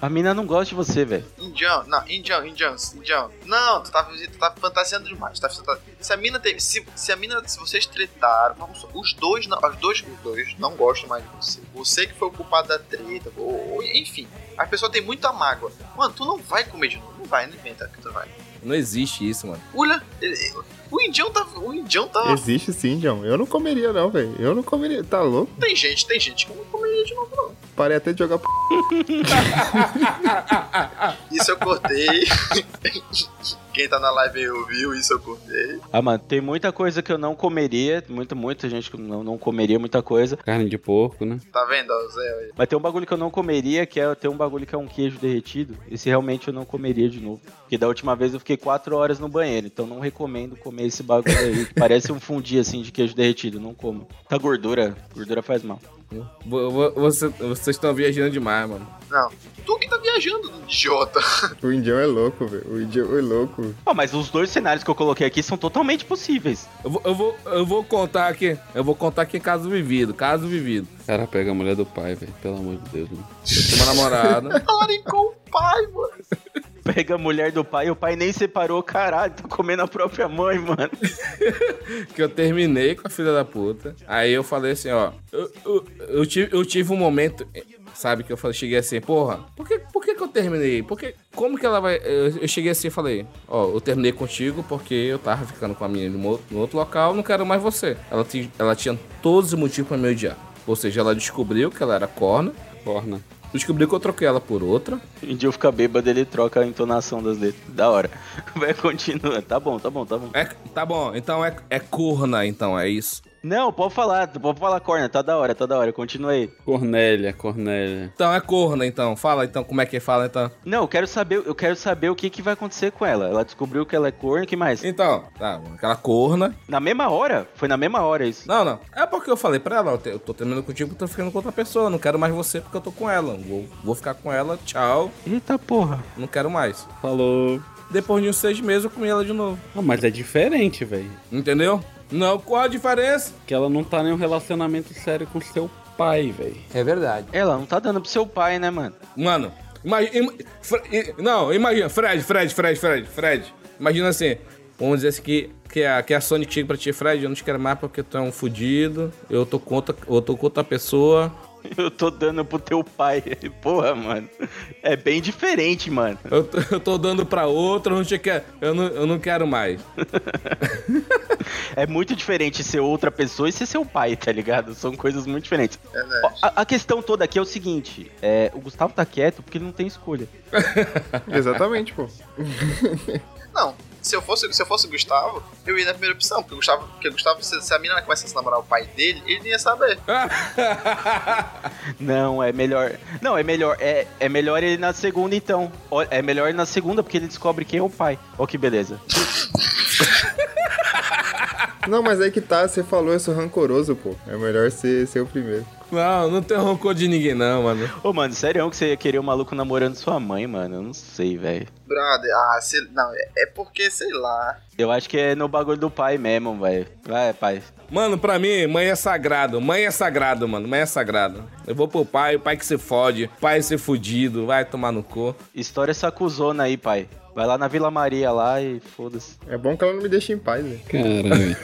A mina não gosta de você, velho. Indião, não, Indião, Indião, Indião. Não, tu tá, tu tá fantasiando demais. tu tá fanta- se a mina teve. Se, se a mina. Se vocês tretaram, vamos só, os dois não. Os dois, os dois não gostam mais de você. Você que foi o culpado da treta, ou, ou- enfim. A pessoa tem muita mágoa. Mano, tu não vai comer de novo. Não vai, não inventa que tu vai. [laughs] Não existe isso, mano. Olha, ele- ele- o Indião tá. O Indião tá. Existe sim, John. Eu não comeria, não, velho. Eu não comeria. Tá louco? Tem gente, tem gente que não comeria de novo, não. Parei até de jogar p. Isso eu cortei. [laughs] Quem tá na live aí ouviu isso, eu contei. Ah, mano, tem muita coisa que eu não comeria. Muita, muita gente que eu não, não comeria muita coisa. Carne de porco, né? Tá vendo, ó, Zé? aí? Mas tem um bagulho que eu não comeria, que é tem um bagulho que é um queijo derretido. Esse realmente eu não comeria de novo. Porque da última vez eu fiquei quatro horas no banheiro, então não recomendo comer esse bagulho aí. que Parece um fundi assim de queijo derretido, não como. Tá gordura, gordura faz mal. Vo- vo- você- vocês estão viajando demais, mano. Não. Tu que tá viajando, idiota. O Indião é louco, velho. O Indião é louco. Ó, mas os dois cenários que eu coloquei aqui são totalmente possíveis. Eu vou, eu vou, eu vou contar aqui. Eu vou contar aqui caso vivido, caso vivido. O cara pega a mulher do pai, velho. Pelo amor de Deus, né? mano. Uma namorada. Falarem com o pai, mano. Pega a mulher do pai, o pai nem separou, caralho, tá comendo a própria mãe, mano. que eu terminei com a filha da puta. Aí eu falei assim, ó. Eu, eu, eu tive, eu tive um momento, eh, sabe, que eu falei, cheguei assim, porra, por que, por que, que eu terminei? Por que, como que ela vai. Eu, eu cheguei assim e falei, ó, eu terminei contigo porque eu tava ficando com a menina no outro, no outro local, não quero mais você. Ela, ti- ela tinha todos os motivos pra me odiar. Ou seja, ela descobriu que ela era corna. Corna. Descobriu que eu troquei ela por outra. Um dia eu ficar bêbado, ele troca a entonação das letras. Da hora. [laughs] Vai, continua. Tá bom, tá bom, tá bom. É- tá bom, então é, é corna, então, é isso. Não, pode falar, pode falar, corna. Tá da hora, tá da hora. Continua aí. Cornélia, Cornélia. Então é corna, então. Fala então como é que fala, então. Não, eu quero saber, eu quero saber o que, que vai acontecer com ela. Ela descobriu que ela é corno, que mais? Então, tá, aquela corna. Na mesma hora? Foi na mesma hora isso. Não, não. É porque eu falei pra ela, eu te- eu tô terminando contigo porque eu tô ficando com outra pessoa. Não quero mais você porque eu tô com ela. Vou, vou ficar com ela, tchau. Eita porra. Não quero mais. Falou. Depois de uns seis meses eu comi ela de novo. Ah, mas é diferente, velho. Entendeu? Não, qual a diferença? Que ela não tá em um relacionamento sério com seu pai, velho. É verdade. Ela não tá dando pro seu pai, né, mano? [laughs] Mano, imagina. não, imagina. Fred, Fred, Fred, Fred, Fred. Imagina assim. Vamos dizer assim que, que, a, que a Sony chega pra ti, Fred, eu não te quero mais porque tu é um fudido. Eu tô com outra, eu tô com outra pessoa. Eu tô dando pro teu pai. [laughs] Porra, mano. É bem diferente, mano. Eu [laughs] tô, eu tô dando pra outra, eu não, te quero, eu não, eu não quero mais. É muito diferente ser outra pessoa e ser seu pai, tá ligado? São coisas muito diferentes. É, né? Ó, A, a questão toda aqui é o seguinte: é, o Gustavo tá quieto porque ele não tem escolha. Exatamente, pô. Não, se eu fosse, se eu fosse o Gustavo, eu ia na primeira opção, porque o Gustavo, porque o Gustavo se, se a menina começasse a namorar o pai dele, ele não ia saber. Não, é melhor. Não, é melhor. É, é melhor ele na segunda, então. Ó, É melhor ele na segunda porque ele descobre quem é o pai. Ó, que beleza. Não, mas aí que tá, você falou, eu sou rancoroso, pô. É melhor ser, ser o primeiro. [laughs] Não, não tenho rancor de ninguém, não, mano. Ô, mano, sério que você ia querer um maluco namorando sua mãe, mano? Eu não sei, velho. Brother, ah, se, não, é, é porque, sei lá. Eu acho que é no bagulho do pai mesmo, velho. Vai, pai. Mano, pra mim, mãe é sagrado. Mãe é sagrado, mano. Mãe é sagrado. Eu vou pro pai, o pai que se fode. Pai ser fudido, vai tomar no cu. História sacuzona aí, pai. Vai lá na Vila Maria lá e foda-se. É bom que ela não me deixe em paz, velho. Caralho.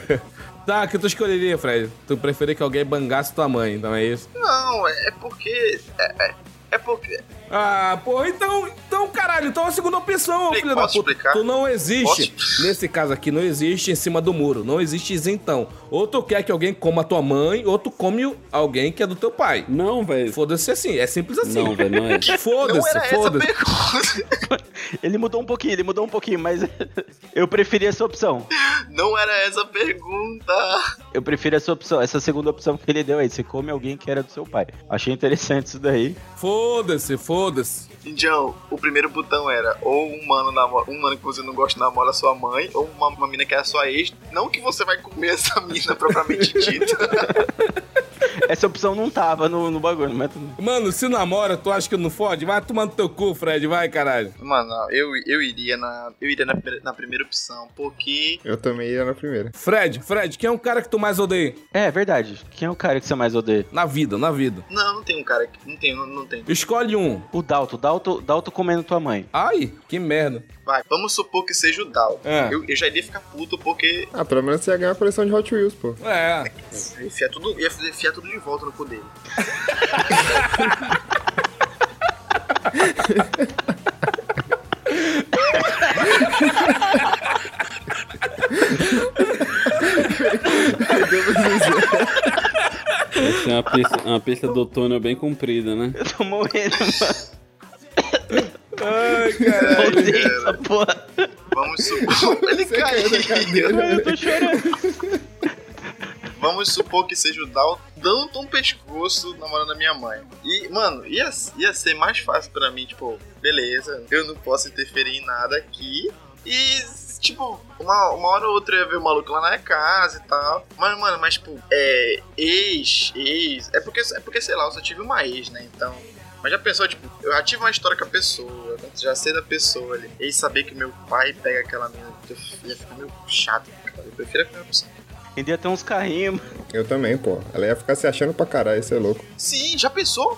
Tá, o que tu escolheria, Fred? Tu preferia que alguém bangasse tua mãe, então é isso? Não, é, é porque. É, é, é porque. Ah, porra, então, então, caralho, então é a segunda opção, ô Ei, filho da posso puta. explicar? Tu não existe. Nesse caso aqui, não existe em cima do muro. Não existe isentão. Ou tu quer que alguém coma tua mãe, ou tu come o- alguém que é do teu pai. Não, velho. Foda-se assim, é simples assim. Não, velho, não é. Não era Foda-se, essa a foda-se. pergunta. Ele mudou um pouquinho, ele mudou um pouquinho, mas [laughs] eu preferi essa opção. Não era essa a pergunta. Eu prefiro essa opção, essa segunda opção que ele deu aí. Você come alguém que era do seu pai. Achei interessante isso daí. Foda-se, foda-se. Indião, o primeiro botão era ou um mano, namora, um mano que você não gosta namora sua mãe, ou uma, uma mina que é a sua ex. Não que você vai comer essa mina [laughs] propriamente dita. Essa opção não tava no, no bagulho, mas tudo bem. Mano, se namora, tu acha que não fode? Vai tomar no teu cu, Fred, vai, caralho. Mano, eu, eu iria, na, eu iria na, primeira- na primeira opção, porque Eu também ia na primeira. Fred, Fred, quem é um cara que tu mais odeia? É, verdade. Quem é o cara que você mais odeia? Na vida, na vida. Não, não tem um cara que. Não tem, não, não tem. Escolhe um. O Dalto, Dalto, Dalto comendo tua mãe. Ai, que merda. Vai, vamos supor que seja o Dal. É. Eu, eu já iria ficar puto porque. Ah, pelo menos você ia ganhar a coleção de Hot Wheels, pô. É, [laughs] Ia enfiar tudo, ia enfiar tudo de volta no cu dele. Essa é uma pista, uma pista do túnel bem comprida, né? Eu tô morrendo, mano. Ai, cara. Odeio essa porra. [laughs] Vamos supor. Ele é caiu. Eu tô chorando. Vamos supor que seja o Dal dando um pescoço namorando a minha mãe. E, mano, ia, ia ser mais fácil pra mim, tipo, beleza, eu não posso interferir em nada aqui. E, tipo, uma, uma hora ou outra eu ia ver o maluco lá na casa e tal. Mas, mano, mas, tipo, é. Ex, ex. É porque, é porque sei lá, eu só tive uma ex, né? Então. Mas já pensou, tipo, eu já tive uma história com a pessoa, né? já sei da pessoa ali. E saber que meu pai pega aquela menina, ia ficar meio é chato, cara. Eu prefiro é a primeira pessoa. Ainda tem uns carrinhos. mano. Eu também, pô. Ela ia ficar se achando pra caralho, isso é louco. Sim, já pensou?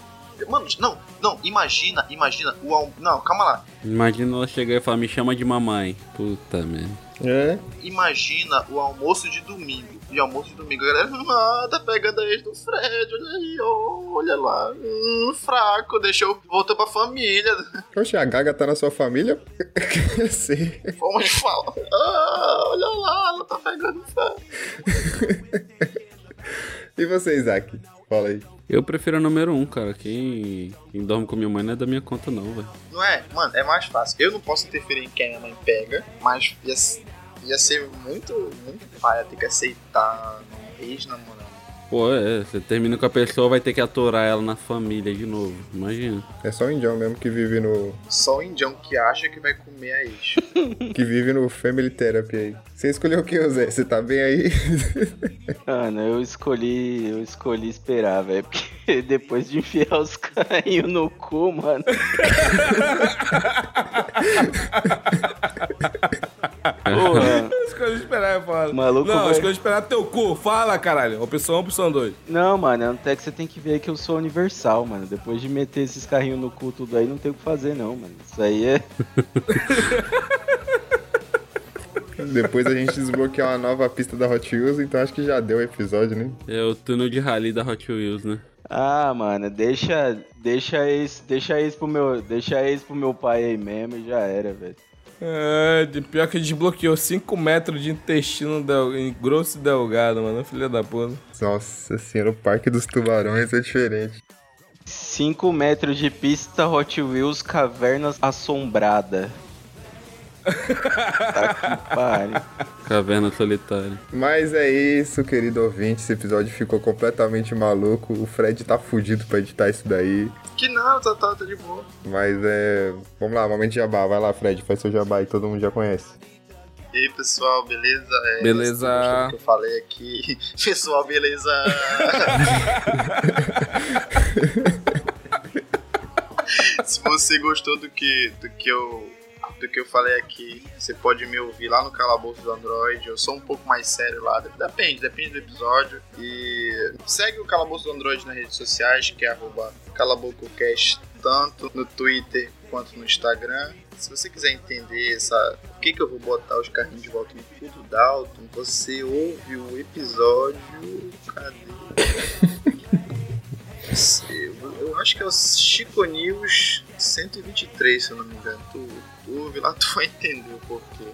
Mano, não, não, imagina, imagina o al- Não, calma lá. Imagina ela chegar e falar, me chama de mamãe. Puta merda. É. Imagina o almoço de domingo. E almoço de domingo, a galera, ah, tá pegando a ex do Fred, olha aí, ó, olha lá. Hum, fraco, deixou, voltou pra família. [laughs] Oxe, a Gaga tá na sua família? [laughs] Sim. Forma de falar. Ah, olha lá, ela tá pegando o Fred. E você, Isaac? Fala aí. Eu prefiro a número um, cara. Quem, quem dorme com minha mãe não é da minha conta, não, velho. Não é? Mano, é mais fácil. Eu não posso interferir em quem minha mãe pega, mas ia, s- ia ser muito, muito paia ter que aceitar um ex-namorado. Pô, é. Você termina com a pessoa, vai ter que aturar ela na família de novo. Imagina. É só o Indião mesmo que vive no. Só o indião que acha que vai comer a ex. que vive no Family Therapy aí. Você escolheu o que, Zé? Você tá bem aí? [laughs] Mano, eu escolhi. Eu escolhi esperar, velho. Porque [laughs] depois de enfiar os carrinhos no cu, mano. Porra. Escolha esperar, eu falo. Maluco, Não, vai. escolha esperar teu cu. Fala, caralho. Opção 1, opção 2. Não, mano, até que você tem que ver que eu sou universal, mano. Depois de meter esses carrinhos no cu tudo aí, não tem o que fazer, não, mano. Isso aí é. Depois a gente desbloqueou uma nova pista da Hot Wheels, então acho que já deu o episódio, né? É o túnel de rally da Hot Wheels, né? Ah, mano, deixa. Deixa isso. Deixa isso pro meu. Deixa isso pro meu pai aí mesmo e já era, velho. É, de- pior que desbloqueou 5 metros de intestino del- em grosso e delgado, mano. Filha da puta. Nossa senhora, o Parque dos Tubarões é diferente. 5 metros de pista Hot Wheels Cavernas Assombrada. tá que pariu. Caverna solitária. Mas é isso, querido ouvinte. Esse episódio ficou completamente maluco. O Fred tá fudido pra editar isso daí. Que não, tá, tá, tá de boa. Mas é. Vamos lá, momento de jabá. Vai lá, Fred, faz seu jabá aí, todo mundo já conhece. E aí, pessoal, beleza? É, Beleza. gostou do que eu falei aqui. [laughs] Pessoal, beleza? [laughs] Se você gostou do que, do que eu do que eu falei aqui, você pode me ouvir lá no Calabouço do Android. Eu sou um pouco mais sério lá, depende, depende do episódio. E segue o Calabouço do Android nas redes sociais, que é arroba calabococast, tanto no Twitter quanto no Instagram. Se você quiser entender essa, o que, que eu vou botar os carrinhos de volta no cu do Dalton, você ouve o episódio. Cadê? [laughs] Eu, eu acho que é o Chico News 123, se eu não me engano. Tu, tu ouve lá, [laughs] tu vai entender o porquê.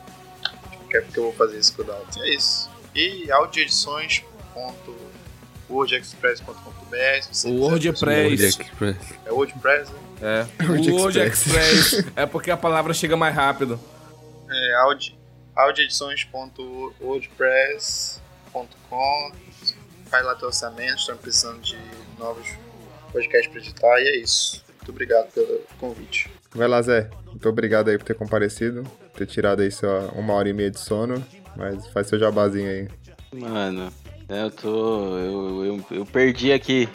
Que é porque eu vou fazer isso com o Dalton. É isso. E audioedições.wordexpress.com.br se você O quiser- é WordPress. Express. É WordPress, né? É. Word O Word Express. Express. é porque a palavra chega mais rápido. é audi- audioedições.wordpress.com Faz lá teu orçamento, estamos precisando de novos podcasts para editar e é isso. Muito obrigado pelo convite. Vai lá, Zé. Muito obrigado aí por ter comparecido, ter tirado aí sua uma hora e meia de sono. Mas faz seu jabazinho aí. Mano, eu tô. Eu, eu, eu perdi aqui.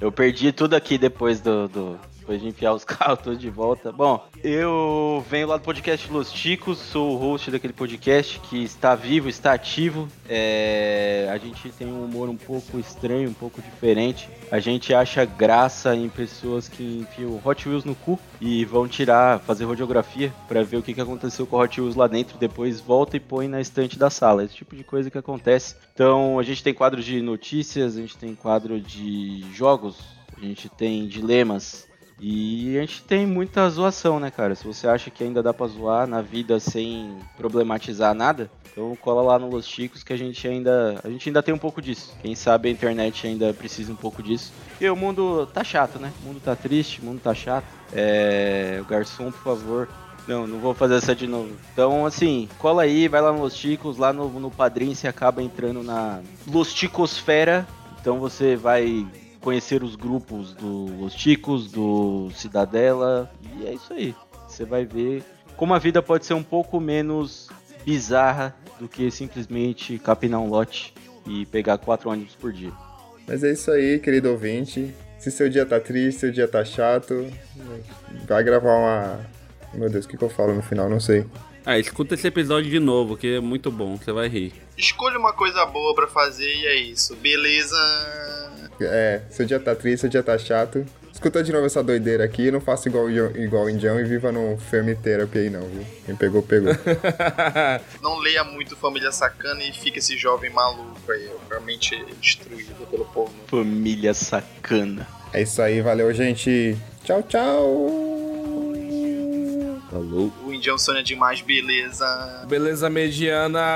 Eu perdi tudo aqui depois do. do- depois de enfiar os [laughs] carros todos de volta. Bom, eu venho lá do podcast Los Ticos, sou o host daquele podcast que está vivo, está ativo. É, a gente tem um humor um pouco estranho, um pouco diferente. A gente acha graça em pessoas que enfiam Hot Wheels no cu e vão tirar, fazer radiografia pra ver o que, que aconteceu com o Hot Wheels lá dentro, depois volta e põe na estante da sala. Esse tipo de coisa que acontece. Então a gente tem quadro de notícias, a gente tem quadro de jogos, a gente tem dilemas. E a gente tem muita zoação, né, cara? Se você acha que ainda dá pra zoar na vida sem problematizar nada, então cola lá no Los Chicos que a gente ainda. A gente ainda tem um pouco disso. Quem sabe a internet ainda precisa um pouco disso. Porque o mundo tá chato, né? O mundo tá triste, o mundo tá chato. É. O garçom, por favor. Não, não vou fazer essa de novo. Então, assim, cola aí, vai lá no Los Chicos, lá no, no Padrim você acaba entrando na Los Chicosfera. Então você vai conhecer os grupos do Los Chicos, do Cidadela, e é isso aí. Você vai ver como a vida pode ser um pouco menos bizarra do que simplesmente capinar um lote e pegar quatro ônibus por dia. Mas é isso aí, querido ouvinte. Se seu dia tá triste, seu dia tá chato, vai gravar uma. Meu Deus, o que, que eu falo no final? Não sei. Ah, escuta esse episódio de novo, que é muito bom, você vai rir. Escolha uma coisa boa pra fazer e é isso. Beleza. É, seu dia tá triste, seu dia tá chato. Escuta de novo essa doideira aqui, não faça igual, o Ion- igual o Indião e viva no Fermi Therapy aí não, viu? Quem pegou, pegou. Não leia muito Família Sacana e fica esse jovem maluco aí, realmente destruído pelo porno. Família sacana. é isso aí, valeu, gente. Tchau, tchau. Falou. O Indião sonha demais, beleza. Beleza mediana.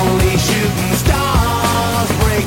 Only shooting stars break